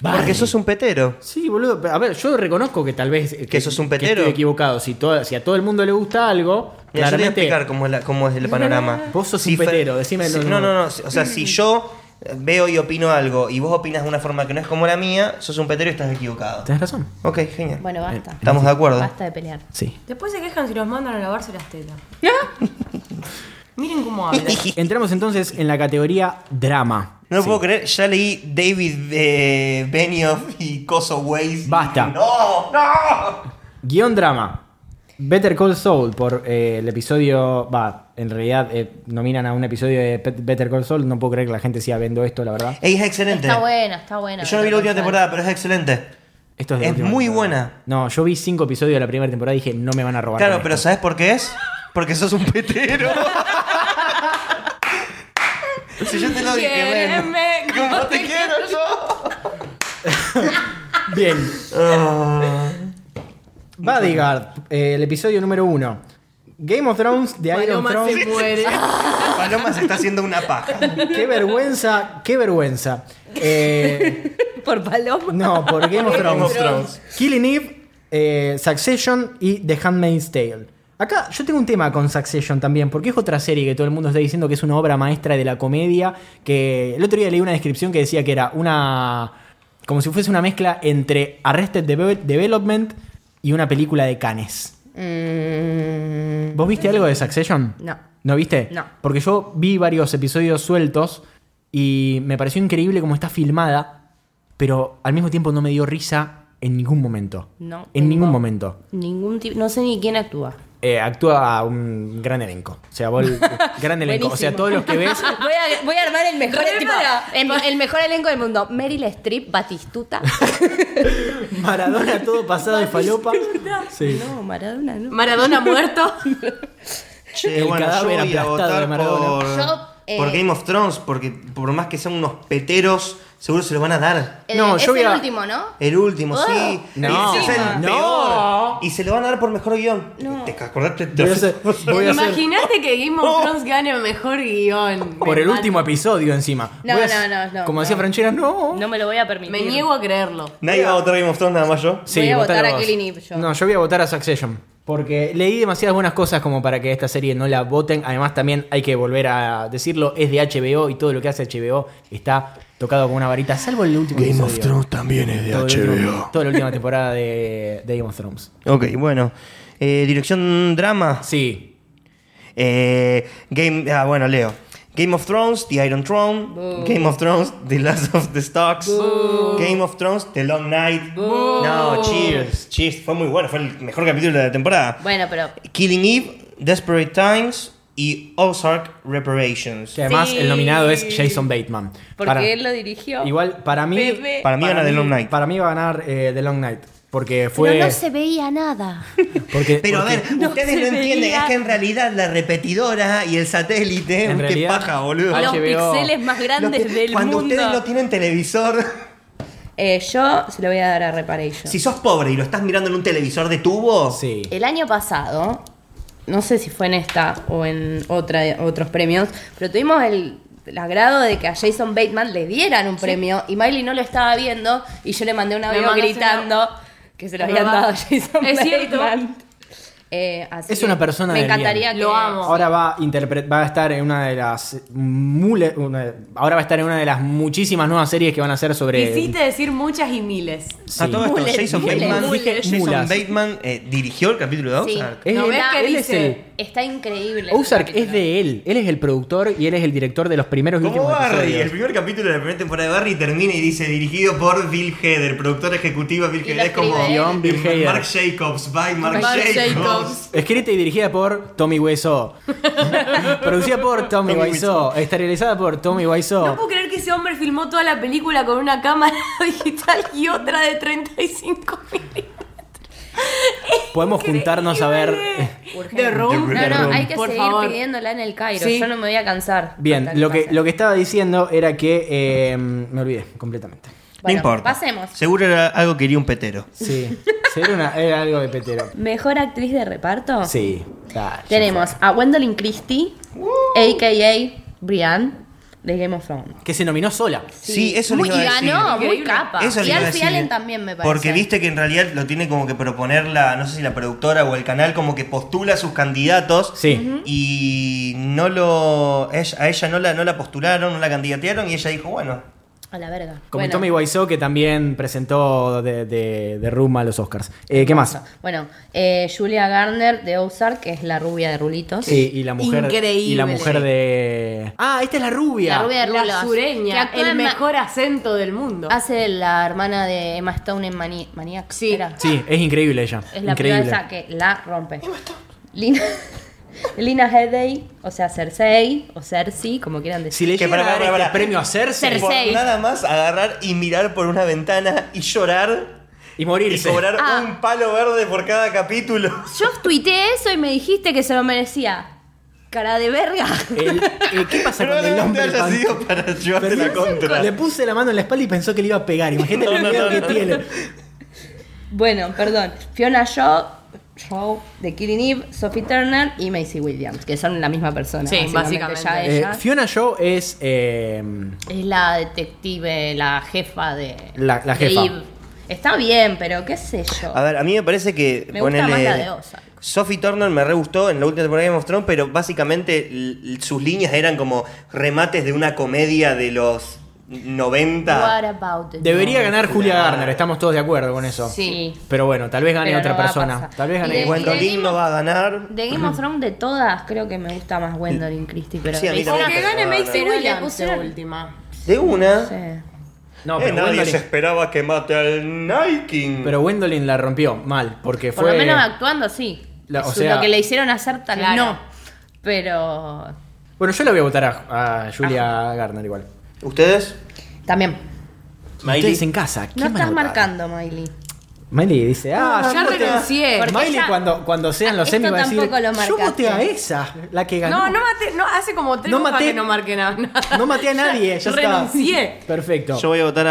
S2: Barry.
S4: Porque sos un petero.
S2: Sí, boludo, pero, a ver, yo reconozco que tal vez eh,
S4: Que sos un petero.
S2: estoy equivocado, si, todo- si a todo el mundo le gusta algo,
S4: Mira, yo te voy a
S2: claramente
S4: explicar cómo es, la- cómo es el panorama.
S2: Vos sos un
S4: Fer-
S2: petero, decime
S4: si-
S2: lo-
S4: no, no, no. si- O sea, si yo veo y opino algo y vos opinas de una forma que no es como la mía, sos un petero y estás equivocado.
S2: tenés razón.
S4: Ok, genial.
S5: Bueno, basta.
S4: eh, Estamos de acuerdo.
S5: Basta de pelear.
S2: Sí.
S3: Después se quejan si los mandan a lavarse las tetas.
S5: ¿Ah?
S3: Miren cómo habla.
S2: Entramos entonces en la categoría drama.
S4: No lo
S2: Sí.
S4: puedo creer, ya leí David eh, Benioff y Coso Ways.
S2: Basta.
S4: ¡No! ¡No!
S2: Guión drama. Better Call Saul por eh, el episodio. Va, en realidad eh, nominan a un episodio de Pet- Better Call Saul. No puedo creer que la gente siga viendo esto, la verdad.
S4: Ey, es excelente.
S5: Está buena, está buena.
S4: Yo no vi la última temporada, pero es excelente.
S2: Esto es, de
S4: Es
S2: última
S4: muy
S2: temporada.
S4: buena.
S2: No, yo vi cinco episodios de la primera temporada y dije, no me van a robar.
S4: Claro,
S2: con
S4: pero
S2: esto.
S4: ¿sabes por qué es? Porque sos un petero. si yo te lo dije, ven.
S3: Quiéreme
S4: ¿Cómo te quiero yo?
S2: Bien. Bodyguard, eh, el episodio número uno. Game of Thrones de Iron
S3: Paloma
S2: Throne.
S3: se muere.
S4: Paloma se está haciendo una paja.
S2: Qué vergüenza, qué vergüenza. Eh,
S5: Por Paloma.
S2: no, por Game of
S4: Game
S2: Thrones.
S4: of Thrones.
S2: Killing Eve, eh, Succession y The Handmaid's Tale. Acá yo tengo un tema con Succession también, porque es otra serie que todo el mundo está diciendo que es una obra maestra de la comedia, que el otro día leí una descripción que decía que era una... como si fuese una mezcla entre Arrested Deve- Development y una película de Canes.
S5: Mm,
S2: ¿Vos viste algo de Succession?
S5: No.
S2: ¿No viste?
S5: No.
S2: Porque yo vi varios episodios sueltos y me pareció increíble cómo está filmada, pero al mismo tiempo no me dio risa en ningún momento.
S5: No,
S2: En ningún
S5: no.
S2: momento.
S5: ningún tipo. No sé ni quién actúa.
S2: eh, actúa un gran elenco. O sea, vos el- gran elenco. O sea,
S5: Buenísimo.
S2: todos los que ves.
S5: Voy a, voy a armar el mejor,
S3: Re
S5: tipo,
S3: para-
S5: el, el mejor elenco del mundo. Meryl Streep, Batistuta.
S2: Maradona todo pasado de falopa. Sí.
S5: No, Maradona, no.
S3: Maradona muerto.
S4: Che,
S2: El
S4: bueno, yo
S2: cadáver
S4: voy a
S2: aplastado de
S4: votar
S2: Maradona.
S4: por,
S5: Yo, eh,
S4: por Game of Thrones, porque por más que sean unos peteros, seguro se lo van a dar.
S5: Eh,
S2: No,
S5: es
S2: yo voy
S5: el
S2: a-
S5: último, ¿no?
S4: El último,
S5: Oh.
S4: sí.
S2: No.
S4: Y, se hace el
S2: No.
S4: peor. y se lo van a dar por mejor guión.
S5: No.
S4: ¿Te acordaste?
S2: Voy a hacer- voy a hacer- Oh.
S3: Imaginaste que Game of Thrones gane mejor guión.
S2: por
S3: Me
S2: el
S3: mato.
S2: último episodio encima.
S5: No,
S2: Voy a-
S5: no, no, no,
S2: Como
S5: no.
S2: decía Franchera, no.
S5: No me lo voy a permitir.
S3: Me niego a creerlo.
S4: Nadie va a votar Game of Thrones, nada más yo.
S2: Sí,
S5: Voy a
S2: votalo
S5: votar a
S2: vos.
S5: Killing Eve, yo.
S2: No, yo voy a votar a Succession. Porque leí demasiadas buenas cosas como para que esta serie no la voten. Además, también hay que volver a decirlo: es de HBO y todo lo que hace HBO está tocado con una varita, salvo el último
S6: Game
S2: episodio.
S6: of Thrones también es de
S2: Todo el último-
S6: HBO.
S2: toda la última temporada de, de Game of Thrones.
S4: Ok, bueno. Eh, dirección drama.
S2: Sí.
S4: Eh, game, ah, bueno, leo. Game of Thrones, The Iron Throne. Game of Thrones, The Last of the Stocks. Game of Thrones, The Long Night. No, Cheers. Cheers, fue muy bueno, fue el mejor capítulo de la temporada.
S5: Bueno, pero.
S4: Killing Eve, Desperate Times y Ozark Reparations.
S2: Que además
S5: Sí.
S2: el nominado es Jason Bateman.
S5: Porque
S2: Para-
S5: él lo dirigió.
S2: Igual, para mí.
S5: Bebé.
S4: Para mí gana The Long Night.
S2: Para mí va a ganar eh, The Long Night. Porque fue.
S5: Pero no se veía nada.
S2: porque-
S4: Pero a
S2: porque-
S4: ver, ustedes
S5: se
S4: no entienden,
S5: veía.
S4: es que en realidad la repetidora y el satélite,
S2: En
S4: qué
S2: realidad,
S4: paja, boludo.
S5: Los
S2: HBO.
S5: pixeles más
S4: Los
S5: grandes
S4: que-
S5: del
S4: cuando
S5: mundo.
S4: ustedes no tienen televisor,
S5: Eh, yo se lo voy a dar a Reparation.
S4: si sos pobre y lo estás mirando en un televisor de tubo,
S2: Sí.
S5: El año pasado, no sé si fue en esta o en otra, otros premios, pero tuvimos el, el agrado de que a Jason Bateman le dieran un premio y Miley no lo estaba viendo y yo le mandé un
S3: Me
S5: audio
S3: mandaste
S5: gritando que se lo
S3: Es
S5: habían
S3: verdad.
S5: dado a Jason
S3: Es cierto.
S5: Bateman. Eh, así
S2: Es una
S5: que
S2: persona
S5: Me
S2: de
S5: encantaría
S3: bien.
S5: que
S3: Lo amo.
S2: Ahora va a, interpre- va a estar en una de las mule- una de- ahora va a estar en una de las muchísimas nuevas series que van a hacer sobre
S3: Quisiste decir muchas y miles.
S2: Sí.
S4: a todo esto,
S5: Mules,
S4: Jason
S5: mules,
S4: Bateman,
S2: mules.
S4: Jason
S2: Mulas.
S4: Bateman eh, dirigió el capítulo de
S5: Sí.
S4: Ozark.
S2: Es
S3: ¿No
S2: él-
S3: ves que
S2: él es
S3: dice?
S2: el-
S5: Está increíble.
S2: Ozark
S5: este
S2: es de él, él es el productor y él es el director de los primeros y
S4: Como
S2: últimos
S4: Barry, el
S2: episodios.
S4: primer capítulo de la primera temporada de Barry termina y dice dirigido por Bill Header, productor ejecutivo Bill
S5: Y lo
S4: Header, es como
S5: escribe
S2: él. Bill Hader.
S4: Mark Jacobs, by Mark,
S3: Mark
S4: Jacobs.
S3: Jacobs.
S2: Escrita y dirigida por Tommy Wiseau. Producida por Tommy,
S4: Tommy
S2: Wiseau. Esterilizada por Tommy Wiseau.
S3: No puedo creer que ese hombre filmó toda la película con una cámara digital y otra de 35 milímetros.
S2: Podemos juntarnos a ver. eh,
S3: The Room.
S5: No, no,
S2: Room.
S5: hay que
S3: Por
S5: seguir
S3: favor.
S5: pidiéndola en el Cairo.
S3: Sí.
S5: Yo no me voy a cansar. hasta
S2: Bien, lo que,
S5: pase.
S2: lo que estaba diciendo era que. eh, me olvidé completamente.
S5: Bueno,
S4: no importa.
S5: Pasemos.
S4: Seguro era algo que quería un petero.
S2: Sí. Sí, Era, una- era algo de petero.
S5: ¿Mejor actriz de reparto?
S2: Sí. Ah, ya
S5: Tenemos a Gwendolyn Christie, a.k.a. Brian, de Game of Thrones.
S2: fue. Que se nominó sola.
S4: Sí, eso
S5: muy,
S4: les iba a
S5: y
S4: decir.
S5: ganó, muy
S3: Increíble.
S5: capa.
S4: Eso le
S5: y
S4: iba a
S5: Alfie
S4: decir.
S5: Allen también me parece.
S4: Porque viste que en realidad lo tiene como que proponer la, no sé si la productora o el canal, como que postula a sus candidatos.
S2: Sí.
S4: Y no lo. ella- A ella no la, no la postularon, no la candidatearon y ella dijo, bueno.
S5: A la verga.
S2: Como
S5: Bueno,
S2: Tommy Wiseau, que también presentó de, de, de Room a los Oscars. Eh, ¿Qué más?
S5: Bueno, eh, Julia Garner de Ozark, que es la rubia de rulitos.
S2: Y, y la mujer. Y la
S3: Increíble.
S2: mujer de. Ah, esta es la rubia.
S5: La rubia de rulos.
S3: La
S5: Que
S3: sureña,
S5: actúa
S3: el
S5: en Ma-
S3: mejor acento del mundo.
S5: Hace la hermana de Emma Stone en Mani Maniac.
S3: Sí.
S5: era.
S2: Sí, es increíble ella.
S5: Es la
S2: increíble.
S5: primera esa que la rompe. Lina, Lina Headey, o sea, Cersei, o Cersei, como quieran decir.
S2: Si le
S4: Que
S2: llegan a
S4: pará,
S2: dar
S4: pará,
S2: este
S4: pará.
S2: premio a Cersei
S5: Cersei.
S4: Por
S5: Seis.
S4: nada más agarrar y mirar por una ventana y llorar
S2: y
S4: y
S2: morirse.
S4: cobrar
S5: Ah.
S4: un palo verde por cada capítulo.
S5: Yo tuiteé eso y me dijiste que se lo merecía. Cara de verga.
S2: El- eh, ¿Qué pasa con el
S4: Probablemente
S2: hombre?
S4: haya
S2: pan-
S4: sido para llevarte la contra.
S2: Le puse la mano en la espalda y pensó que le iba a pegar. Imagínate el miedo que tiene.
S5: Bueno, perdón. Fiona Shaw, Shaw de Killing Eve, Sophie Turner y Macy Williams, que son la misma persona.
S3: Sí, básicamente.
S5: Ya
S2: Eh,
S5: ella
S2: Fiona Shaw es eh,
S5: es la detective, la jefa de.
S2: La- la
S5: de
S2: jefa.
S5: Eve. Está bien, pero qué sé yo.
S4: A ver, a mí me parece que.
S5: Me gusta más la de Ozark.
S4: Sophie Turner me re gustó en la última temporada de Game of Thrones, pero básicamente l- sus líneas eran como remates de una comedia de los 90.
S5: What about the
S2: debería
S5: dog?
S2: ganar Julia Garner. Estamos todos de acuerdo con eso.
S5: Sí.
S2: Pero bueno, tal vez gane
S5: Pero
S2: otra
S5: no va a
S2: persona.
S5: pasar.
S2: Tal vez
S5: Y
S2: gane
S5: de-
S2: Gwen-
S4: Gwendolyn no va a ganar.
S5: De Game of Thrones, de todas, creo que me gusta más Gwendolyn Christie, pero.
S4: Sí, a mí
S3: O
S4: también.
S3: que gane Macy
S5: Pero le
S3: Williams de
S5: pusieron-
S3: última.
S4: De una.
S5: Sí.
S2: No,
S4: Eh,
S2: pero,
S4: nadie se
S2: Gwendolyn,
S4: esperaba que mate al Nike.
S2: pero Gwendolyn la rompió mal. Porque
S5: Por
S2: fue.
S5: lo menos actuando, sí.
S2: La- o
S5: Su-
S2: sea-
S5: lo que le hicieron hacer tal vez
S3: Claro.
S5: no. Pero
S2: Bueno, yo la voy a votar a, a
S5: Ah.
S2: Julia Garner igual.
S4: ¿Ustedes?
S5: también.
S4: Miley.
S2: Ustedes en casa. ¿qué
S5: No
S2: van a
S5: estás
S2: votar?
S5: marcando, Miley.
S2: Miley dice, ah,
S3: Ya
S2: yo voté a-
S3: renuncié.
S5: Porque
S2: Miley
S5: ya-
S2: cuando, cuando sean los
S5: Esto
S2: Emmy va a decir,
S5: tampoco lo
S2: yo voté a
S5: marcaste".
S2: esa, la que ganó.
S3: No, no maté, no, hace como tres
S2: No
S3: no
S2: maté-
S3: que no marqué nada. nada.
S2: No maté a nadie, ya está.
S3: Renuncié.
S2: Perfecto.
S4: Yo voy a votar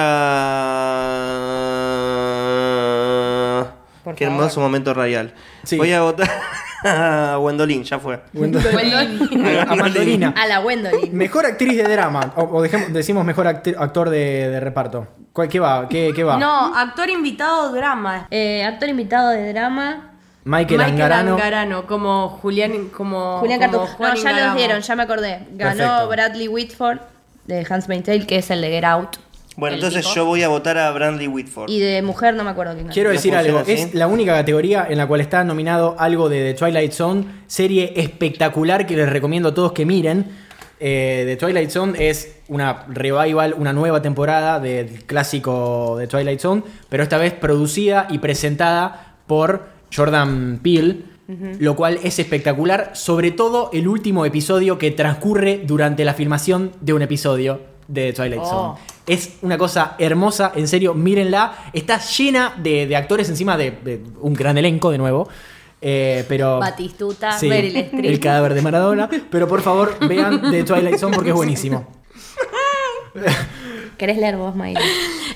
S4: a.
S5: Por
S4: Qué
S5: favor.
S4: hermoso momento radial.
S2: Sí.
S4: Voy a votar a Wendolin, ya fue.
S2: a Mandolina.
S5: A la Wendolin.
S2: Mejor actriz de drama. O, o dejemos- decimos mejor acti- actor de, de reparto. ¿Cuál- ¿Qué va? ¿Qué, qué va?
S3: No, actor invitado drama.
S5: Eh, actor invitado de drama.
S2: Michael,
S3: Michael
S2: Angarano.
S3: Angarano, como Julián, como
S5: Julián
S3: como
S5: Cartoon.
S3: Juan
S5: No, ya los
S3: Ingaramo.
S5: dieron, ya me acordé. Ganó
S2: Perfecto.
S5: Bradley Whitford de Hans Tale, que es el de Get Out.
S4: Bueno,
S5: El
S4: entonces
S5: tipo.
S4: yo voy a votar a Brandy Whitford.
S5: Y de mujer no me acuerdo quién ganó.
S2: Quiero
S4: No
S2: decir algo,
S4: funciona
S2: es
S4: así.
S2: la única categoría en la cual está nominado algo de The Twilight Zone, serie espectacular que les recomiendo a todos que miren. Eh, The Twilight Zone es una revival, una nueva temporada del clásico de Twilight Zone, pero esta vez producida y presentada por Jordan Peele, lo cual es espectacular, sobre todo el último episodio que transcurre durante la filmación de un episodio de The Twilight
S3: Oh.
S2: Zone. Es una cosa hermosa, en serio, mírenla. Está llena de, de actores encima de, de un gran elenco de nuevo. Eh, pero
S5: Batistuta,
S2: Sí,
S5: Meryl Streep.
S2: el cadáver de Maradona. Pero por favor, vean The Twilight Zone porque es buenísimo.
S5: ¿Querés leer vos, Miley?
S2: Así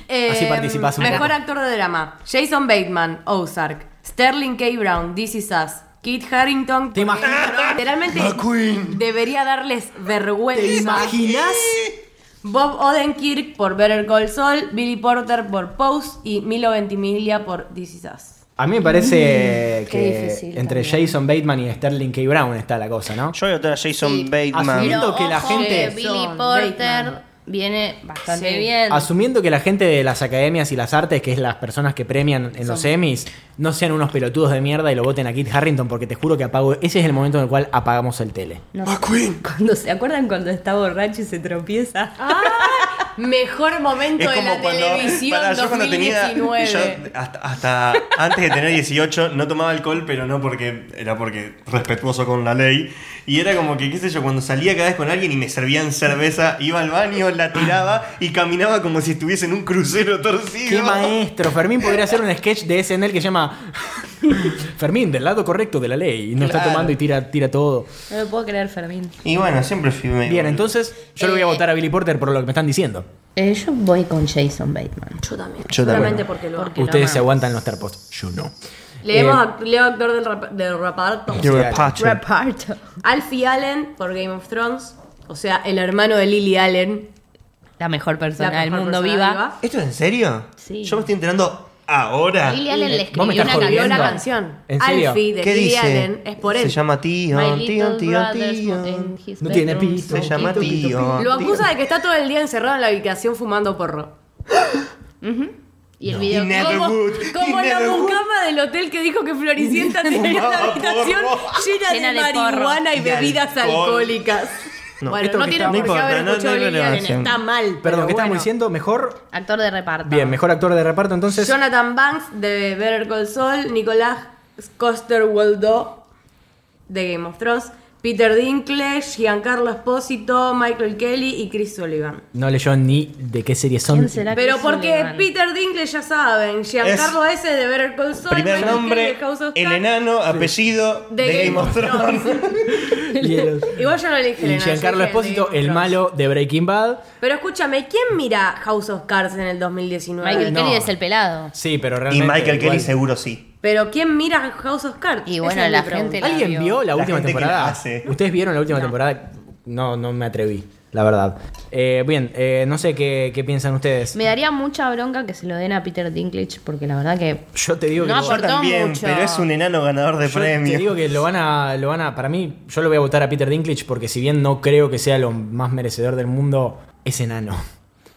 S3: Eh,
S2: participás un
S3: Mejor
S2: poco.
S3: actor de drama. Jason Bateman, Ozark. Sterling K. Brown, This Is Us. Kit Harrington.
S2: ¿Te
S3: porque
S2: imaginas?
S3: no, Literalmente debería darles
S2: ¿Te
S3: vergüenza.
S2: imaginas?
S3: Bob Odenkirk por Better Call Saul, Billy Porter por Pose y Milo Ventimiglia por This Is Us.
S2: A mí me parece
S5: Mm, qué
S2: que
S5: difícil
S2: entre
S5: también.
S2: Jason Bateman y Sterling K. Brown está la cosa, ¿no?
S4: Yo voy a votar a Jason
S5: Sí.
S4: Bateman.
S2: Asumiendo que la gente-
S5: Billy
S3: Son
S5: Porter
S3: Bateman.
S5: viene bastante
S3: Sí.
S5: bien.
S2: Asumiendo que la gente de las academias y las artes, que es las personas que premian en los Emmys, no sean unos pelotudos de mierda y lo voten a Kit Harrington, porque te juro que apago. Ese es el momento en el cual apagamos el tele.
S5: No sé. Cuando se acuerdan cuando está borracho y se tropieza.
S3: Mejor momento
S4: Es
S3: de
S4: como
S3: la
S4: cuando.
S3: televisión
S4: pará, yo cuando tenía.
S3: 2019.
S4: yo hasta, hasta antes de tener 18 no tomaba alcohol, pero no porque. Era porque respetuoso con la ley. Y era como que, qué sé yo, cuando salía cada vez con alguien y me servían cerveza, iba al baño, la tiraba y caminaba como si estuviese en un crucero torcido.
S2: ¡Qué maestro! Fermín podría hacer un sketch de SNL que se llama Fermín, del lado correcto de la ley. Y no está
S4: Claro.
S2: tomando y tira, tira todo.
S5: No me puedo creer, Fermín.
S4: Y bueno, siempre fui medio-
S2: Bien, entonces yo le voy a votar a Billy Porter por lo que me están diciendo.
S5: Eh, yo voy con Jason Bateman.
S3: Yo también.
S4: Yo
S3: Solamente
S4: también.
S3: porque lo
S5: Porque- que lo
S2: Ustedes
S5: amamos.
S2: se aguantan los tarpos. Yo no.
S3: Leemos
S2: Eh,
S3: act- leo actor del, rap- del reparto.
S4: You're a
S2: Sí,
S4: patcher.
S5: Reparto.
S3: Alfie Allen por Game of Thrones. O sea, el hermano de Lily Allen.
S5: La mejor
S3: la
S5: persona del
S3: mejor
S5: mundo
S3: persona
S5: viva.
S4: ¿Esto es en serio?
S5: Sí.
S4: Yo me estoy enterando ahora.
S5: Lily Allen le
S2: ¿Vos me
S5: escribió
S2: estás
S5: una
S3: Escribió
S2: jodiendo?
S5: canción.
S3: la canción.
S2: ¿En serio?
S3: Alfie de
S4: ¿Qué
S3: Lily
S4: dice?
S3: Allen es por él.
S4: Se llama tío, tío, tío, tío.
S2: No tiene pito.
S4: Se llama tío.
S3: Lo acusa de que está todo el día encerrado en la habitación fumando porro.
S5: Y el
S4: Y
S5: video.
S4: ne- Never
S3: Como,
S4: would,
S3: como
S4: he
S3: la
S4: never would.
S3: mucama del hotel que dijo que Floricienta tenía una
S4: Fumaba
S3: habitación
S4: porro.
S3: llena,
S5: Llena
S3: de,
S5: de porro.
S3: marihuana y
S4: Y
S3: bebidas
S4: alcohol.
S3: alcohólicas.
S4: No,
S3: bueno,
S2: esto
S3: no
S2: que
S3: tiene
S2: está-
S3: por qué
S2: no
S3: haber
S4: importa, no-
S3: escuchado
S4: no hay
S3: Lily Allen,
S4: relevancia.
S3: está mal.
S2: Perdón,
S3: pero
S2: ¿qué
S3: bueno.
S2: estábamos diciendo? Mejor.
S5: Actor de reparto.
S2: Bien, mejor actor de reparto entonces.
S3: Jonathan Banks de Better Call Saul, Nicolás Coster Waldo de Game of Thrones, Peter Dinklage, Giancarlo Espósito, Michael Kelly y Chris Sullivan.
S2: No leyó ni de qué serie son.
S5: ¿Quién será
S3: Pero
S5: Chris
S3: porque
S5: Sullivan?
S3: Peter Dinklage ya saben, Giancarlo S de Better Call Saul,
S4: Primer
S3: Michael Kelly
S4: nombre,
S3: de House of
S4: el
S3: Cards,
S4: enano, apellido
S3: de Game of Thrones.
S2: Y, el-
S3: Igual yo no le dije el
S2: y
S3: enano,
S2: Giancarlo
S3: yo dije de
S2: Espósito,
S3: Game of
S2: el
S3: Thrones.
S2: malo de Breaking Bad.
S3: Pero escúchame, ¿quién mira House of Cards en el 2019?
S5: Michael
S2: No.
S5: Kelly es el pelado.
S2: Sí, pero
S4: Y
S2: realmente.
S4: Michael Kelly
S2: igual.
S4: seguro sí.
S3: Pero ¿quién mira House of Cards?
S5: Y
S3: Esa
S5: bueno,
S3: es mi
S5: la
S3: pregunta.
S5: gente-
S2: ¿Alguien
S5: la
S2: vio
S5: vio.
S2: la
S4: La
S2: última
S4: gente que la
S2: temporada?
S4: hace.
S2: ¿Ustedes vieron la última temporada? No, no me atreví, la verdad. Eh, bien, eh, no sé qué, qué piensan ustedes.
S5: Me daría mucha bronca que se lo den a Peter Dinklage porque la verdad que.
S2: Yo te digo que
S5: No,
S2: lo-
S5: Aportó
S4: también,
S5: mucho.
S4: pero es un enano ganador de
S2: yo te digo
S4: premios.
S2: que lo van a lo van a para mí yo lo voy a votar a Peter Dinklage porque si bien no creo que sea lo más merecedor del mundo es enano.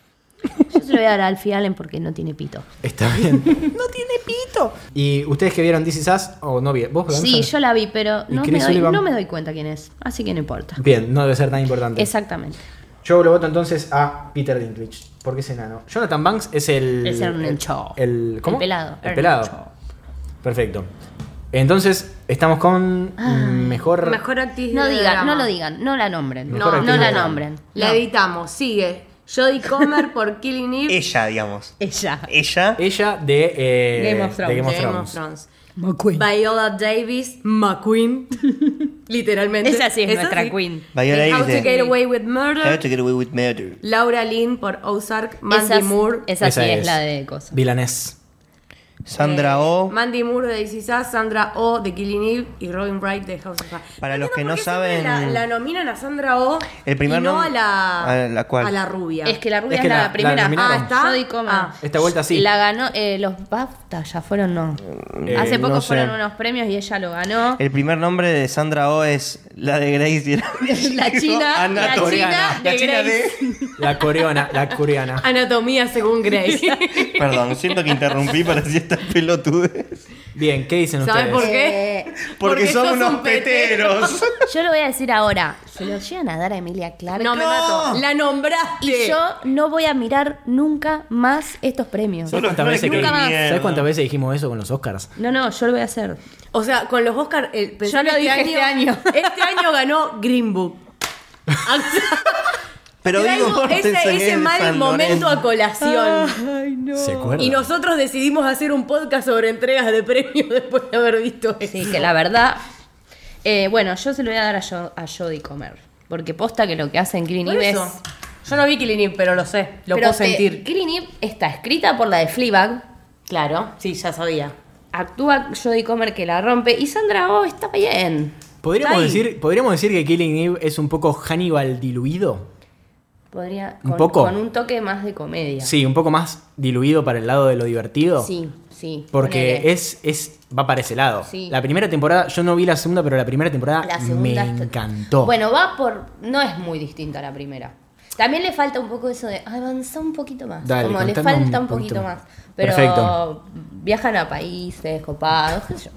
S5: Yo se lo voy a dar a Alfie Allen porque no tiene pito.
S2: Está bien. no tiene pito. ¿Y ustedes que vieron This Is Us o no vieron? ¿Vos Blanca?
S5: Sí, yo la vi, pero
S2: ¿Y
S5: no me,
S2: Chris
S5: doy,
S2: Sullivan?
S5: no me doy cuenta quién es. Así que no importa.
S2: Bien, no debe ser tan importante.
S5: Exactamente.
S2: Yo lo voto entonces a Peter Dinklage, porque es enano. Jonathan Banks es el.
S5: Es
S2: el,
S5: Ernest Shaw.
S2: el- ¿Cómo?
S5: El pelado.
S2: El
S5: Ernest
S2: pelado.
S5: Shaw.
S2: Perfecto. Entonces, Estamos con mejor.
S3: Mejor actriz
S5: No
S3: de
S5: digan,
S3: drama.
S5: no lo digan, no la nombren.
S2: Mejor
S5: No,
S2: actriz
S5: no
S2: de
S5: la
S2: drama.
S5: nombren.
S3: La
S5: No.
S3: editamos, sigue. Jodie Comer por Killing Eve.
S4: Ella, digamos.
S5: Ella.
S4: Ella.
S2: Ella de, eh,
S5: Game of Thrones.
S2: de
S3: de Game of Thrones.
S5: McQueen.
S3: Viola Davis, McQueen. Literalmente.
S5: Esa sí es
S3: Esa
S5: nuestra
S3: sí.
S5: queen.
S4: Viola
S3: How
S4: Davis
S3: to
S4: de
S3: Get Away with
S4: How
S3: Murder.
S4: to Get Away with Murder.
S3: Laura Lynn por Ozark. Mandy
S5: Esa,
S3: Moore.
S5: esa sí
S2: Esa
S5: es.
S2: es.
S5: la de cosa.
S2: Vilanés.
S3: Eh,
S4: Sandra O.
S3: Mandy Moore de This Is Us, Sandra O de Killing Eve y Robin Wright de House of Cards.
S4: Para
S3: entiendo
S4: los que
S3: por
S4: no
S3: qué siempre
S4: saben-
S3: La, la nominan a Sandra O.
S4: El primer
S3: y no
S4: nom-
S3: a la.
S4: ¿A la cuál?
S3: a la rubia.
S5: Es que la rubia
S2: Es
S5: es,
S2: que
S5: la,
S2: la- la
S5: primera.
S2: nominaron.
S3: Ah, ¿está?
S5: Jodie Comer.
S3: Ah.
S2: Esta vuelta sí.
S5: La ganó, eh, los BAFTA ya fueron, no.
S2: Eh,
S5: Hace poco
S4: no sé.
S5: fueron unos premios y ella lo ganó.
S4: El primer nombre de Sandra O es la de Grace.
S5: La china,
S2: Ana
S5: la
S2: Toriana.
S5: china de
S4: La china
S5: Grace.
S4: de.
S2: La coreana, la coreana.
S3: Anatomía según Grace.
S4: Perdón, siento que interrumpí para decir estas pelotudes.
S2: Bien, ¿qué dicen
S3: ¿Sabes por
S2: ustedes?
S3: qué?
S5: Eh,
S4: Porque,
S3: Porque
S4: son
S3: sos
S4: unos
S3: un petero.
S4: peteros.
S5: yo lo voy a decir ahora. Se lo llegan a dar a Emilia Clarke.
S3: No, me
S4: No.
S3: mato. La nombraste.
S5: y yo no voy a mirar nunca más estos premios.
S4: Solo
S2: ¿Sabes cuántas,
S4: flores
S2: veces
S4: que
S2: que-
S4: nunca más.
S2: ¿Sabes cuántas veces dijimos eso con los Oscars?
S5: No, no, yo lo voy a hacer.
S3: O sea, con los eh, Oscars.
S5: Yo lo dije este año.
S3: Este año ganó Green Book.
S4: Pero
S3: Traigo
S4: digo,
S3: ese, ese mal momento a colación.
S2: ¿Se
S4: Ah.
S2: acuerdan?
S3: Y nosotros decidimos hacer un podcast sobre entregas de premios después de haber visto eso.
S5: Sí, que la verdad. eh, bueno, yo se lo voy a dar a, Jo- a Jodie Comer. Porque posta que lo que hacen Green
S3: Por
S5: Eve es.
S3: eso. Yo no vi Killing Eve, pero lo sé. Lo
S5: Pero
S3: puedo
S5: que
S3: sentir.
S5: Green Eve está escrita por la de Fleabag.
S3: Claro, sí, ya sabía.
S5: Actúa Jodie Comer que la rompe. Y Sandra Oh está bien.
S2: ¿Podríamos
S3: Ay.
S2: decir, ¿Podríamos decir que Killing Eve es un poco Hannibal diluido?
S5: Podría.
S2: ¿Un
S5: Con,
S2: poco?
S5: con un toque más de comedia.
S2: Sí, un poco más diluido para el lado de lo divertido.
S5: Sí, sí,
S2: Porque
S5: ponele.
S2: es, es va para ese lado.
S5: Sí.
S2: La primera temporada, yo no vi la segunda, pero la primera temporada
S5: La segunda
S2: Ah, me
S5: está-
S2: encantó.
S5: Bueno, va por. No es muy distinta a la primera. También le falta un poco eso de avanza un poquito más.
S2: Dale,
S5: Como le
S2: contame un
S5: falta un
S2: poquito
S5: poquito
S2: más.
S5: más. Pero
S2: Perfecto.
S5: viajan a países copados, qué sé yo.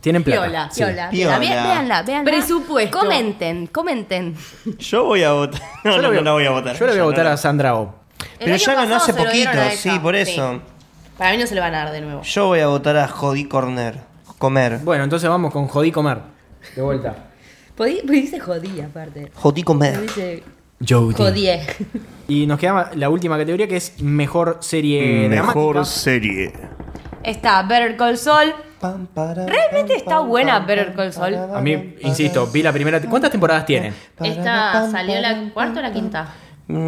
S2: Tienen plata.
S3: Piola,
S2: sí.
S5: Piola,
S4: Piola.
S5: piola. Ve- Véanla, véanla.
S3: Presupuesto.
S5: Comenten, comenten.
S4: Yo voy a votar. No,
S2: Yo
S4: no,
S2: la
S4: no la voy a votar.
S2: Yo la voy a
S4: Ya
S2: votar
S4: no la-
S2: a Sandra Oh.
S4: Pero
S5: El
S4: ya
S5: año
S4: ganó
S5: pasado
S4: hace
S5: se lo dieron
S4: poquito,
S5: a
S4: sí,
S5: ella,
S4: por eso.
S5: Para mí no se lo van a dar de nuevo.
S4: Yo voy a votar a Jodí Corner. Comer.
S2: Bueno, entonces vamos con Jodí Comer. De vuelta.
S5: Podí- Porque Pues dice jodía aparte.
S4: Jodí
S5: No
S4: Comer.
S5: dice
S2: Jodie.
S5: jodie.
S2: Y nos queda la última categoría que es mejor serie dramática.
S4: serie.
S3: Está Better Call Saul.
S4: Realmente
S3: está buena Better Call Saul.
S2: A mí, insisto, vi la primera. te- ¿Cuántas temporadas tiene?
S5: Esta salió la cuarta o la quinta.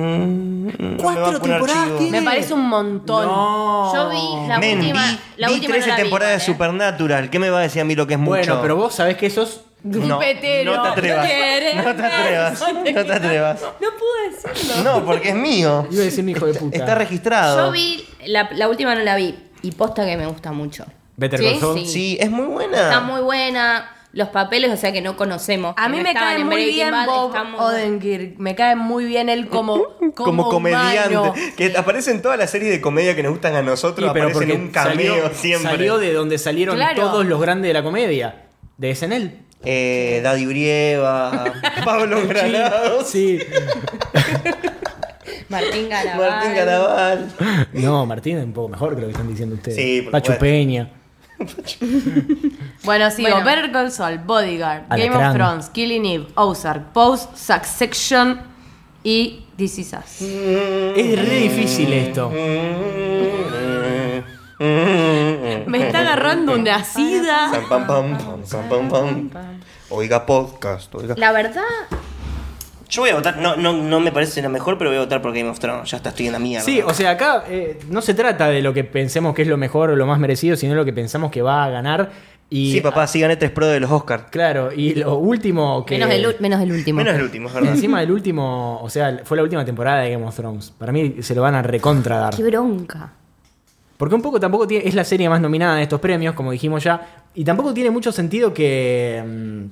S4: Mm, Cuatro temporadas
S3: Me parece un montón.
S5: Yo vi la
S4: Oh. Men,
S5: última.
S4: vi,
S5: la
S4: vi
S5: última
S4: 13
S5: no la vi,
S4: temporadas de
S5: ¿eh?
S4: Supernatural. ¿Qué me va a decir a mí lo que es mucho?
S2: Bueno, pero vos sabés que esos.
S4: no, no te
S3: petero.
S4: atrevas.
S3: ¿Quieres
S4: No
S3: ver?
S4: te atrevas. No te atrevas.
S3: No pude decirlo.
S4: No, porque es mío.
S2: Iba a decir mi hijo de puta.
S4: Está registrado.
S5: Yo vi, la, la última no la vi, y posta que me gusta mucho.
S2: Better
S5: ¿Sí?
S2: Call Saul.
S5: Sí.
S4: Sí, es muy buena.
S5: Está muy buena, los papeles, o sea que no conocemos.
S3: A mí
S5: que no
S3: me
S5: estaban
S3: cae
S5: en
S3: muy
S5: Breaking
S3: bien
S5: Bad,
S3: Bob
S5: está muy bueno.
S3: Odenkirk. Me cae muy bien él como, como,
S4: como, comediante.
S3: humano.
S4: Que aparecen todas las series de comedia que nos gustan a
S2: Y
S4: nosotros,
S2: pero
S4: aparecen
S2: porque
S4: en un cameo
S2: salió,
S4: siempre.
S2: salió de donde salieron
S3: Claro.
S2: todos los grandes de la comedia. De SNL.
S4: Eh, Daddy Brieva, Pablo Granados,
S2: Sí.
S5: Martín Garabal.
S4: Martín Canaval.
S2: No, Martín es un poco mejor, creo que están diciendo ustedes.
S4: Sí, por
S2: Pachu
S4: supuesto.
S2: Peña.
S3: Bueno, sigo.
S5: Bueno.
S3: Better Call Saul, Bodyguard, Game
S2: Alacrán.
S3: of Thrones, Killing Eve, Ozark, Pose, Succession y This Is Us.
S2: Es re difícil
S4: Mm,
S2: esto.
S3: Me está agarrando una sida.
S4: mm, San, pam, pam, pam, san, pam, pam. Oiga podcast, oiga.
S5: La verdad,
S4: Yo voy a votar, no, no, no me parece la mejor, pero voy a votar por Game of Thrones. Ya está, estoy en la mierda.
S2: Sí, o sea, acá eh, no se trata de lo que pensemos que es lo mejor o lo más merecido, sino lo que pensamos que va a ganar. Y,
S4: Sí, papá, sí gané tres pro de los Oscars.
S2: Claro, y lo último que.
S5: menos, el, ul- menos el último.
S4: Menos el último, es verdad.
S2: Encima del último, o sea, fue la última temporada de Game of Thrones. Para mí se lo van a recontra dar.
S5: Qué bronca.
S2: Porque un poco tampoco tiene, es la serie más nominada de estos premios, como dijimos ya. Y tampoco tiene mucho sentido que. mm,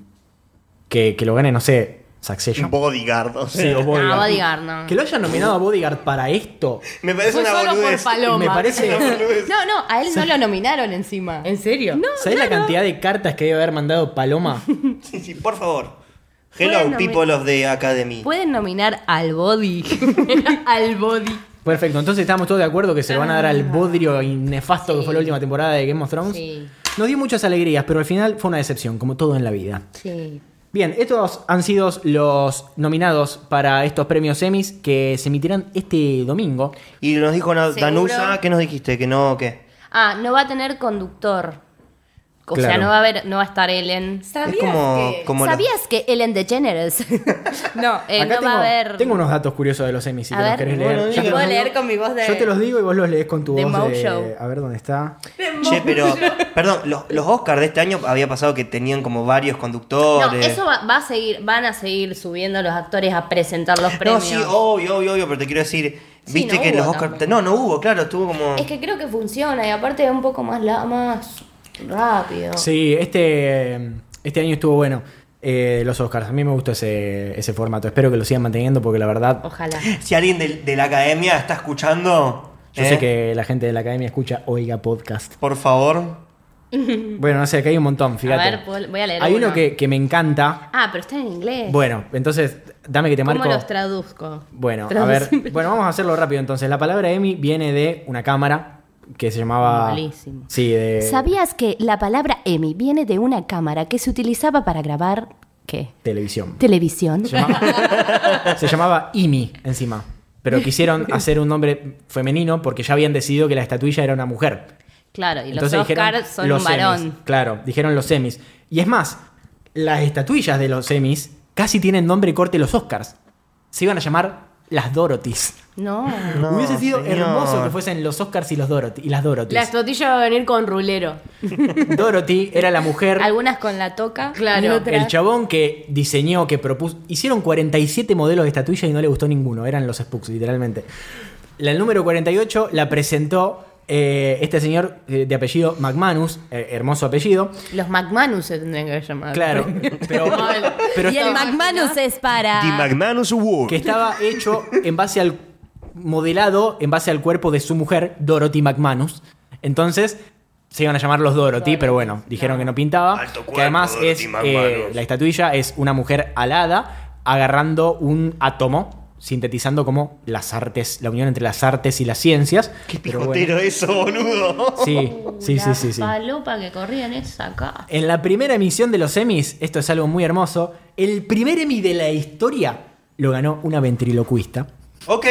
S2: que, que lo gane, no sé, Succession.
S4: Bodyguard, o sea.
S2: Sí, o Bodyguard.
S5: No, Bodyguard, no.
S2: Que lo hayan nominado a Bodyguard para esto.
S4: Me parece
S3: Fue
S4: una
S3: solo por
S4: boludez.
S3: Paloma.
S2: Me parece.
S5: No, no, a él no lo nominaron encima.
S3: ¿En serio?
S2: ¿Sabés la cantidad de cartas que debe haber mandado Paloma?
S4: Sí, sí, por favor. Hello,
S5: Bueno,
S4: people of the academy.
S5: Pueden nominar al Body.
S3: Al body.
S2: Perfecto, entonces estamos todos de acuerdo que se lo van a dar al bodrio y nefasto que fue la última temporada de Game of Thrones.
S5: Sí.
S2: Nos dio muchas alegrías, pero al final fue una decepción, como todo en la vida.
S5: Sí.
S2: Bien, estos han sido los nominados para estos premios Emmys que se emitirán este domingo.
S4: Y nos dijo una-
S5: Seguro.
S4: Danusa, ¿qué nos dijiste? Que no, ¿qué?
S5: Ah, no va a tener conductor. O sea,
S2: Claro.
S5: no va a haber, no va a estar Ellen.
S3: ¿Sabías
S4: es como,
S3: que-
S4: como la-
S5: ¿Sabías que Ellen DeGeneres? no, eh, no
S2: Acá tengo,
S5: va a haber.
S2: tengo unos datos curiosos de los Emmys, si
S5: A
S2: te los
S5: ver.
S2: querés
S4: Bueno,
S2: leer.
S4: diga.
S2: te los
S5: Puedo
S2: digo-
S5: leer con mi voz de.
S2: Yo te los digo y vos los lees con tu
S5: de
S2: voz de...
S5: Mojo.
S2: A ver dónde está.
S4: Che, pero, perdón, los, los Oscars de este año había pasado que tenían como varios
S5: No,
S4: conductores.
S5: eso va, va a seguir, van a seguir subiendo los actores a presentar los
S4: No,
S5: premios.
S4: sí, obvio, obvio, obvio, pero te quiero decir,
S5: Sí,
S4: viste
S5: no
S4: que
S5: hubo
S4: los Oscars...
S5: tampoco.
S4: No, no hubo, claro, estuvo como...
S5: Es que creo que funciona y aparte es un poco más, la, más rápido.
S2: Sí, este, este año estuvo bueno. eh, los Oscars. A mí me gustó ese, ese formato. Espero que lo sigan manteniendo porque la verdad.
S5: Ojalá.
S4: Si alguien del- de, la academia está escuchando...
S2: Yo
S4: ¿eh?
S2: sé que la gente de la academia escucha Oiga Podcast.
S4: Por favor.
S2: Bueno, no sé, acá hay un montón, fíjate.
S5: Mm. A ver, puedo- voy a leer
S2: Hay
S5: uno.
S2: uno que, que me encanta.
S5: Ah, pero está en inglés.
S2: Bueno, entonces, dame que te
S5: ¿Cómo
S2: marco.
S5: los traduzco?
S2: Bueno, a ver.
S5: Traducime.
S2: Bueno, vamos a hacerlo rápido entonces. La palabra Emmy viene de una cámara que se llamaba.
S5: Malísimo.
S2: Sí, de.
S5: ¿Sabías que la palabra Emmy viene de una cámara que se utilizaba para grabar qué?
S2: Televisión.
S5: Televisión.
S2: Se llamaba, se llamaba IMI encima. Pero quisieron hacer un nombre femenino porque ya habían decidido que la estatuilla era una mujer.
S5: Claro, y los
S2: Entonces dijeron
S5: Oscars son
S2: los
S5: un varón.
S2: Emmys. Claro, dijeron los semis. Y es más, las estatuillas de los semis casi tienen nombre y corte los Oscars. Se iban a llamar las Dorothys.
S5: No.
S4: No,
S2: Hubiese sido
S4: señor.
S2: hermoso que fuesen los Oscars y, los Dorothy, y las
S3: La
S2: Dorothys.
S3: estotilla va a venir con rulero.
S2: Dorothy era la mujer
S5: Algunas con la toca.
S3: Claro.
S5: y
S2: El
S5: otras-
S2: chabón que diseñó, que propuso. Hicieron 47 modelos de estatuilla y no le gustó ninguno. Eran los Spooks, literalmente. La el número 48 la presentó eh, este señor eh, de apellido McManus, eh, hermoso apellido.
S5: Los McManus se tendrían que llamar.
S2: Claro, pero, pero
S5: y el
S2: estaba-
S5: McManus es para.
S4: The McManus Award.
S2: que estaba hecho en base al modelado, en base al cuerpo de su mujer, Dorothy McManus. Entonces se iban a llamar los Dorothy, pero bueno, dijeron que no pintaba.
S4: Alto cuerpo,
S2: que además
S4: Dorothy
S2: es eh,
S4: McManus.
S2: la estatuilla es una mujer alada agarrando un átomo, sintetizando como las artes, la unión entre las artes y las ciencias.
S4: Qué
S2: Pero
S4: pijotero
S2: bueno,
S4: eso, boludo.
S2: sí, sí, sí, sí, sí.
S5: La palopa que corría en esa casa.
S2: En la primera emisión de los Emmys, esto es algo muy hermoso, el primer Emmy de la historia lo ganó una ventrilocuista.
S4: Ok.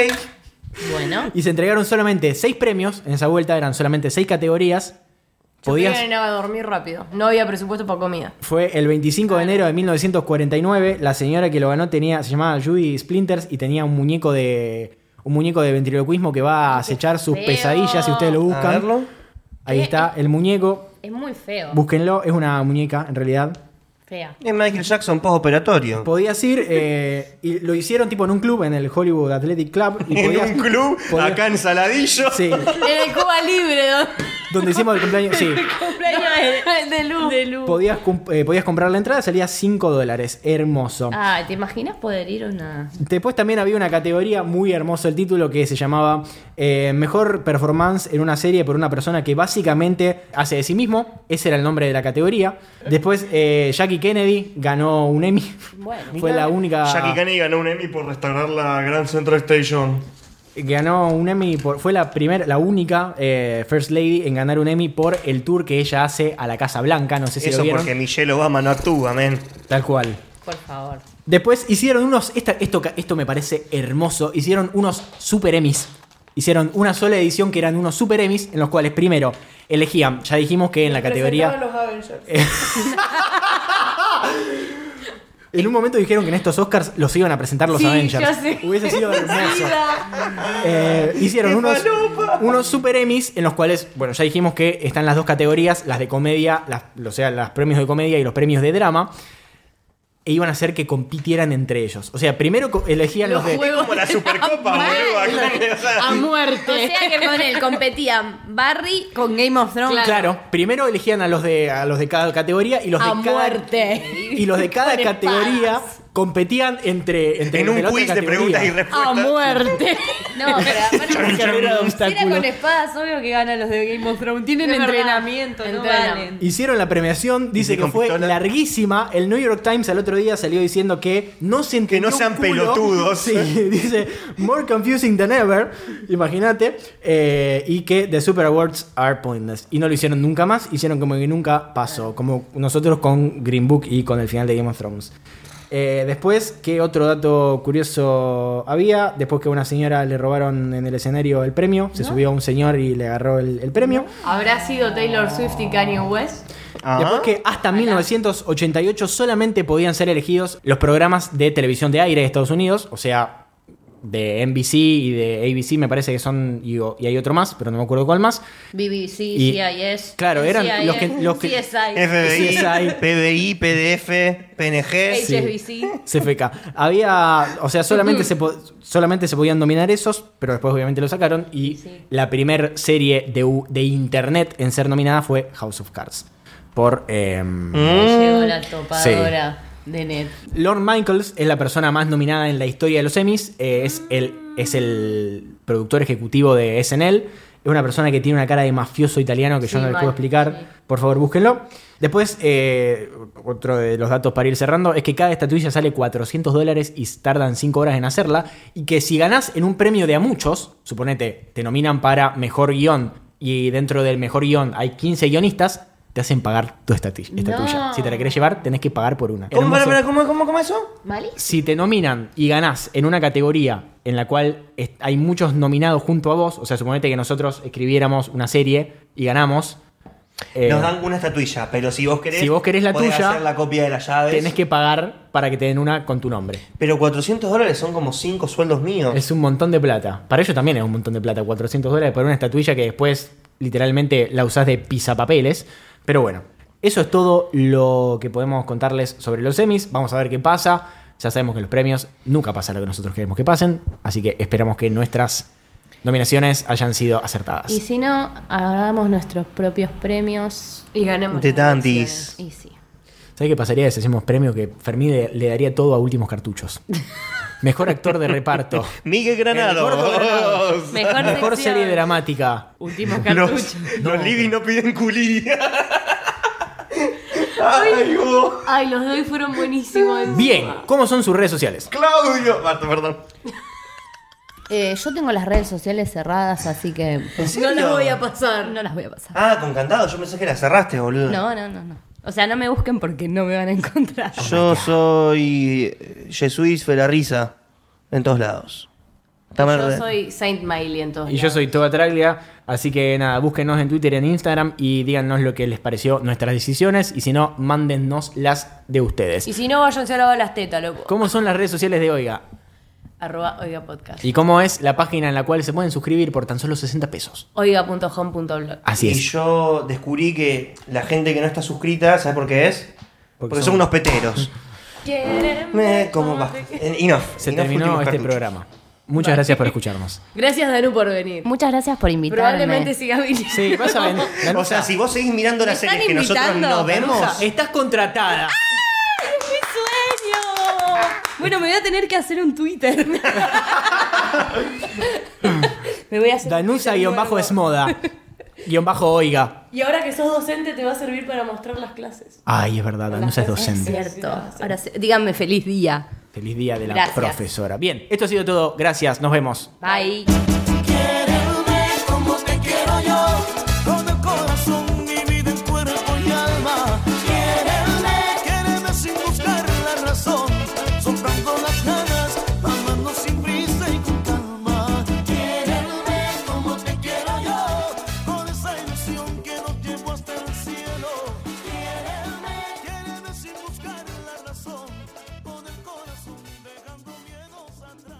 S5: Bueno.
S2: Y se entregaron solamente seis premios. En esa vuelta eran solamente seis categorías.
S3: Podías...
S2: Podías.
S3: a dormir rápido. No había presupuesto para comida.
S2: Fue el 25 de enero de 1949. La señora que lo ganó tenía, se llamaba Judy Splinters y tenía un muñeco de. Un muñeco de ventriloquismo que va a acechar sus
S5: feo.
S2: pesadillas si ustedes lo
S4: A verlo.
S2: buscan. Ahí está el muñeco.
S5: Es muy feo.
S2: Búsquenlo, es una muñeca en realidad.
S5: Fea.
S4: Es Michael Jackson postoperatorio.
S2: Podías ir, eh, y lo hicieron tipo en un club, en el Hollywood Athletic Club. Y
S4: En
S2: podías-
S4: un club,
S2: podías-
S4: acá en Saladillo.
S2: Sí,
S3: En el Cuba Libre, ¿no?
S2: donde hicimos el cumpleaños. Sí,
S3: el de luz.
S2: Podías, cum- eh, podías comprar la entrada, salía 5 dólares. Hermoso.
S5: Ah, ¿te imaginas poder ir a una.
S2: Después también había una categoría muy hermoso el título que se llamaba eh, Mejor Performance en una serie por una persona que básicamente hace de sí mismo. Ese era el nombre de la categoría. Después eh, Jackie Kennedy ganó un Emmy.
S5: Bueno.
S2: Fue la única.
S4: Jackie Kennedy ganó un Emmy por restaurar la Grand Central Station.
S2: Ganó un Emmy por. Fue la primera, la única eh, First Lady en ganar un Emmy por el tour que ella hace a la Casa Blanca. No sé si lo
S4: Eso
S2: vieron.
S4: porque Michelle Obama no actúa, men.
S2: Tal cual.
S5: Por favor.
S2: Después hicieron unos. esta- esto, ca- esto me parece hermoso. Hicieron unos super emis. Hicieron una sola edición que eran unos super emis en los cuales primero elegían, ya dijimos que en la categoría. En un momento dijeron que en estos Oscars los iban a presentar los
S3: Sí,
S2: Avengers.
S3: ya sé.
S2: Hubiese sido hermoso. Eh, hicieron unos, unos super Emmys en los cuales, bueno, ya dijimos que están las dos categorías, las de comedia, las, o sea, los premios de comedia y los premios de drama. E iban a hacer que compitieran entre ellos. O sea, primero co- elegían los, de.
S4: Como la Supercopa, boludo. acá.
S3: A
S5: O
S3: muerte.
S5: sea que con él competían Barry
S3: Con Game of Thrones.
S2: Claro, primero elegían a los de a los de cada categoría y los
S3: A
S2: de cada
S3: muerte.
S2: y los de cada
S5: Con
S2: categoría
S5: espadas.
S2: competían entre, entre
S4: En
S2: los de
S4: un
S2: la
S4: quiz
S2: otra
S4: de preguntas y
S2: categoría.
S3: ¡A
S4: respuestas.
S3: muerte!
S5: No, pero aparte,
S2: Una carrera de
S6: Si era con
S2: obstáculos.
S6: espadas, obvio que ganan los de Game of Thrones. Tienen
S3: Es verdad.
S6: entrenamiento, no
S3: Entrenan.
S6: valen.
S4: Em,
S2: Hicieron la premiación, dice
S4: Dice
S2: que
S4: con
S2: fue
S4: pistola.
S2: larguísima. El New York Times al otro día salió diciendo que no se entendió
S4: no sean
S2: un culo.
S4: pelotudos.
S2: Sí, dice, more confusing than ever, imagínate. Eh, y que The Super Awards are pointless. Y no lo hicieron nunca más, hicieron como que nunca pasó. Como nosotros con Green Book y con el final de Game of Thrones. Eh, después, ¿qué otro dato curioso había? Después que a una señora le robaron en el escenario el premio,
S4: Ah.
S2: se subió a un señor y le agarró el, el premio.
S3: ¿Habrá sido Taylor Swift y Kanye West?
S4: Ajá.
S2: Después que hasta 1988 solamente podían ser elegidos los programas de televisión de aire de Estados Unidos, o sea, de NBC y de ABC me parece que son, y, o- y hay otro más, pero no me acuerdo cuál más.
S5: BBC,
S2: Y-
S5: CIS.
S2: claro, eran
S5: CIS,
S2: los que- los que-
S5: CSI,
S4: FBI,
S2: CSI.
S4: PBI, PDF, PNG.
S2: Sí.
S5: HSBC.
S2: CFK. Había, o sea, solamente se, po- solamente se podían dominar esos, pero después obviamente lo sacaron y
S5: Sí.
S2: la primer serie de, u- de internet en ser nominada fue House of Cards por em,
S4: Mm.
S5: Llegó la topadora de net.
S2: Lord Michaels es la persona más nominada en la historia de los Emmys. eh, es, el, es el productor ejecutivo de SNL. Es una persona que tiene una cara de mafioso italiano que yo no le puedo explicar. Por favor, búsquenlo. Después, eh, otro de los datos para ir cerrando es que cada estatuilla sale 400 dólares y tardan 5 horas en hacerla. Y que si ganás en un premio de a muchos, suponete, te nominan para mejor guión y dentro del mejor guión hay 15 guionistas, te hacen pagar tu estati- estatuilla.
S5: No.
S2: Si te la querés llevar, tenés que pagar por una.
S4: ¿Cómo,
S2: Hermoso.
S4: para, para, ¿cómo, cómo, cómo eso?
S5: ¿Mali?
S2: Si te nominan y ganás en una categoría en la cual es- hay muchos nominados junto a vos, o sea, suponete que nosotros escribiéramos una serie y ganamos, eh,
S4: Nos dan una estatuilla, pero si vos querés,
S2: si vos querés la
S4: podés
S2: tuya,
S4: hacer la copia de las llaves.
S2: tenés que pagar para que te den una con tu nombre.
S4: Pero 400 dólares son como 5 sueldos míos.
S2: Es un montón de plata. Para ellos también es un montón de plata, 400 dólares por una estatuilla que después literalmente la usás de pisapapeles. Pero bueno, eso es todo lo que podemos contarles sobre los semis. Vamos a ver qué pasa. Ya sabemos que los premios nunca pasa lo que nosotros queremos que pasen, así que esperamos que nuestras nominaciones hayan sido acertadas.
S5: Y si no, hagamos nuestros propios premios.
S3: Y ganemos.
S4: De
S3: las
S4: Tandis.
S5: Y sí.
S2: ¿Sabes qué pasaría si hacemos premio que Fermín le, le daría todo a últimos cartuchos? Mejor actor de reparto.
S4: Miguel
S2: El gordo Granados.
S4: Granados.
S6: Mejor,
S2: Mejor
S6: sección.
S2: serie dramática.
S6: Últimos
S4: Los,
S6: cartuchos.
S4: los Libby no piden culí. Ay, vos,
S3: elecciones. Ay, los de hoy fueron buenísimos.
S2: Bien, ¿cómo son sus redes sociales?
S4: Claudio. Basta, perdón.
S5: Eh, yo tengo las redes sociales cerradas, así que
S3: No
S4: serio?
S3: las voy a pasar.
S5: no las voy a pasar.
S4: Ah, con candado. Yo pensé que la cerraste, boludo.
S5: No, no, no, no. O sea, no me busquen porque no me van a encontrar.
S4: Yo soy Jesuís Ferarriza en todos lados. Tamar-
S3: Yo soy Saint Miley en todos
S2: Y yo
S3: lados.
S2: soy Toba Traglia, así que nada, búsquenos en Twitter, en Instagram y díganos lo que les pareció nuestras decisiones y si no, mándennos las de ustedes.
S3: Y si no, váyanse a lavar las tetas, loco.
S2: ¿Cómo son las redes sociales de Oiga?
S3: Arroba Oiga Podcast.
S2: ¿Y cómo es la página en la cual se pueden suscribir por tan solo 60 pesos?
S3: Oiga.home.blog.
S2: Así
S4: Y
S2: es.
S4: yo descubrí que la gente que no está suscrita, ¿sabes por qué es? Porque, son... unos peteros. Me, como va. En- Enough.
S2: Se
S4: Enough
S2: terminó
S4: últimos
S2: este
S4: cartuchos.
S2: programa. Muchas gracias por escucharnos.
S3: Gracias, Danu, por venir.
S5: Muchas gracias por invitarme.
S3: Probablemente siga viniendo.
S2: Sí, vas a ver.
S4: O sea, si vos seguís mirando las
S3: ¿Me están
S4: series que nosotros
S3: invitando?
S4: no vemos.
S2: Estás contratada.
S5: sueño! Bueno, me voy a tener que hacer un Twitter. me voy a hacer
S2: Danusa guión bajo esmoda. Guión bajo Oiga.
S3: Y ahora que sos docente, te va a servir para mostrar las clases.
S2: Ay, es verdad, Danusa es docente.
S5: Cierto. Ahora sí, díganme feliz día.
S2: Feliz día de la
S5: Gracias.
S2: profesora. Bien, esto ha sido todo. Gracias, nos vemos.
S5: Bye.
S7: Quererme como te quiero yo, con el corazón dividido en cuerpo y alma. Quererme, quererme sin buscar la razón, sobrando las ganas, amando sin prisa y con calma. Quererme como te quiero yo, con esa ilusión que nos llevo hasta el cielo. Quererme, quererme sin buscar la razón, con el corazón dejando miedos atrás.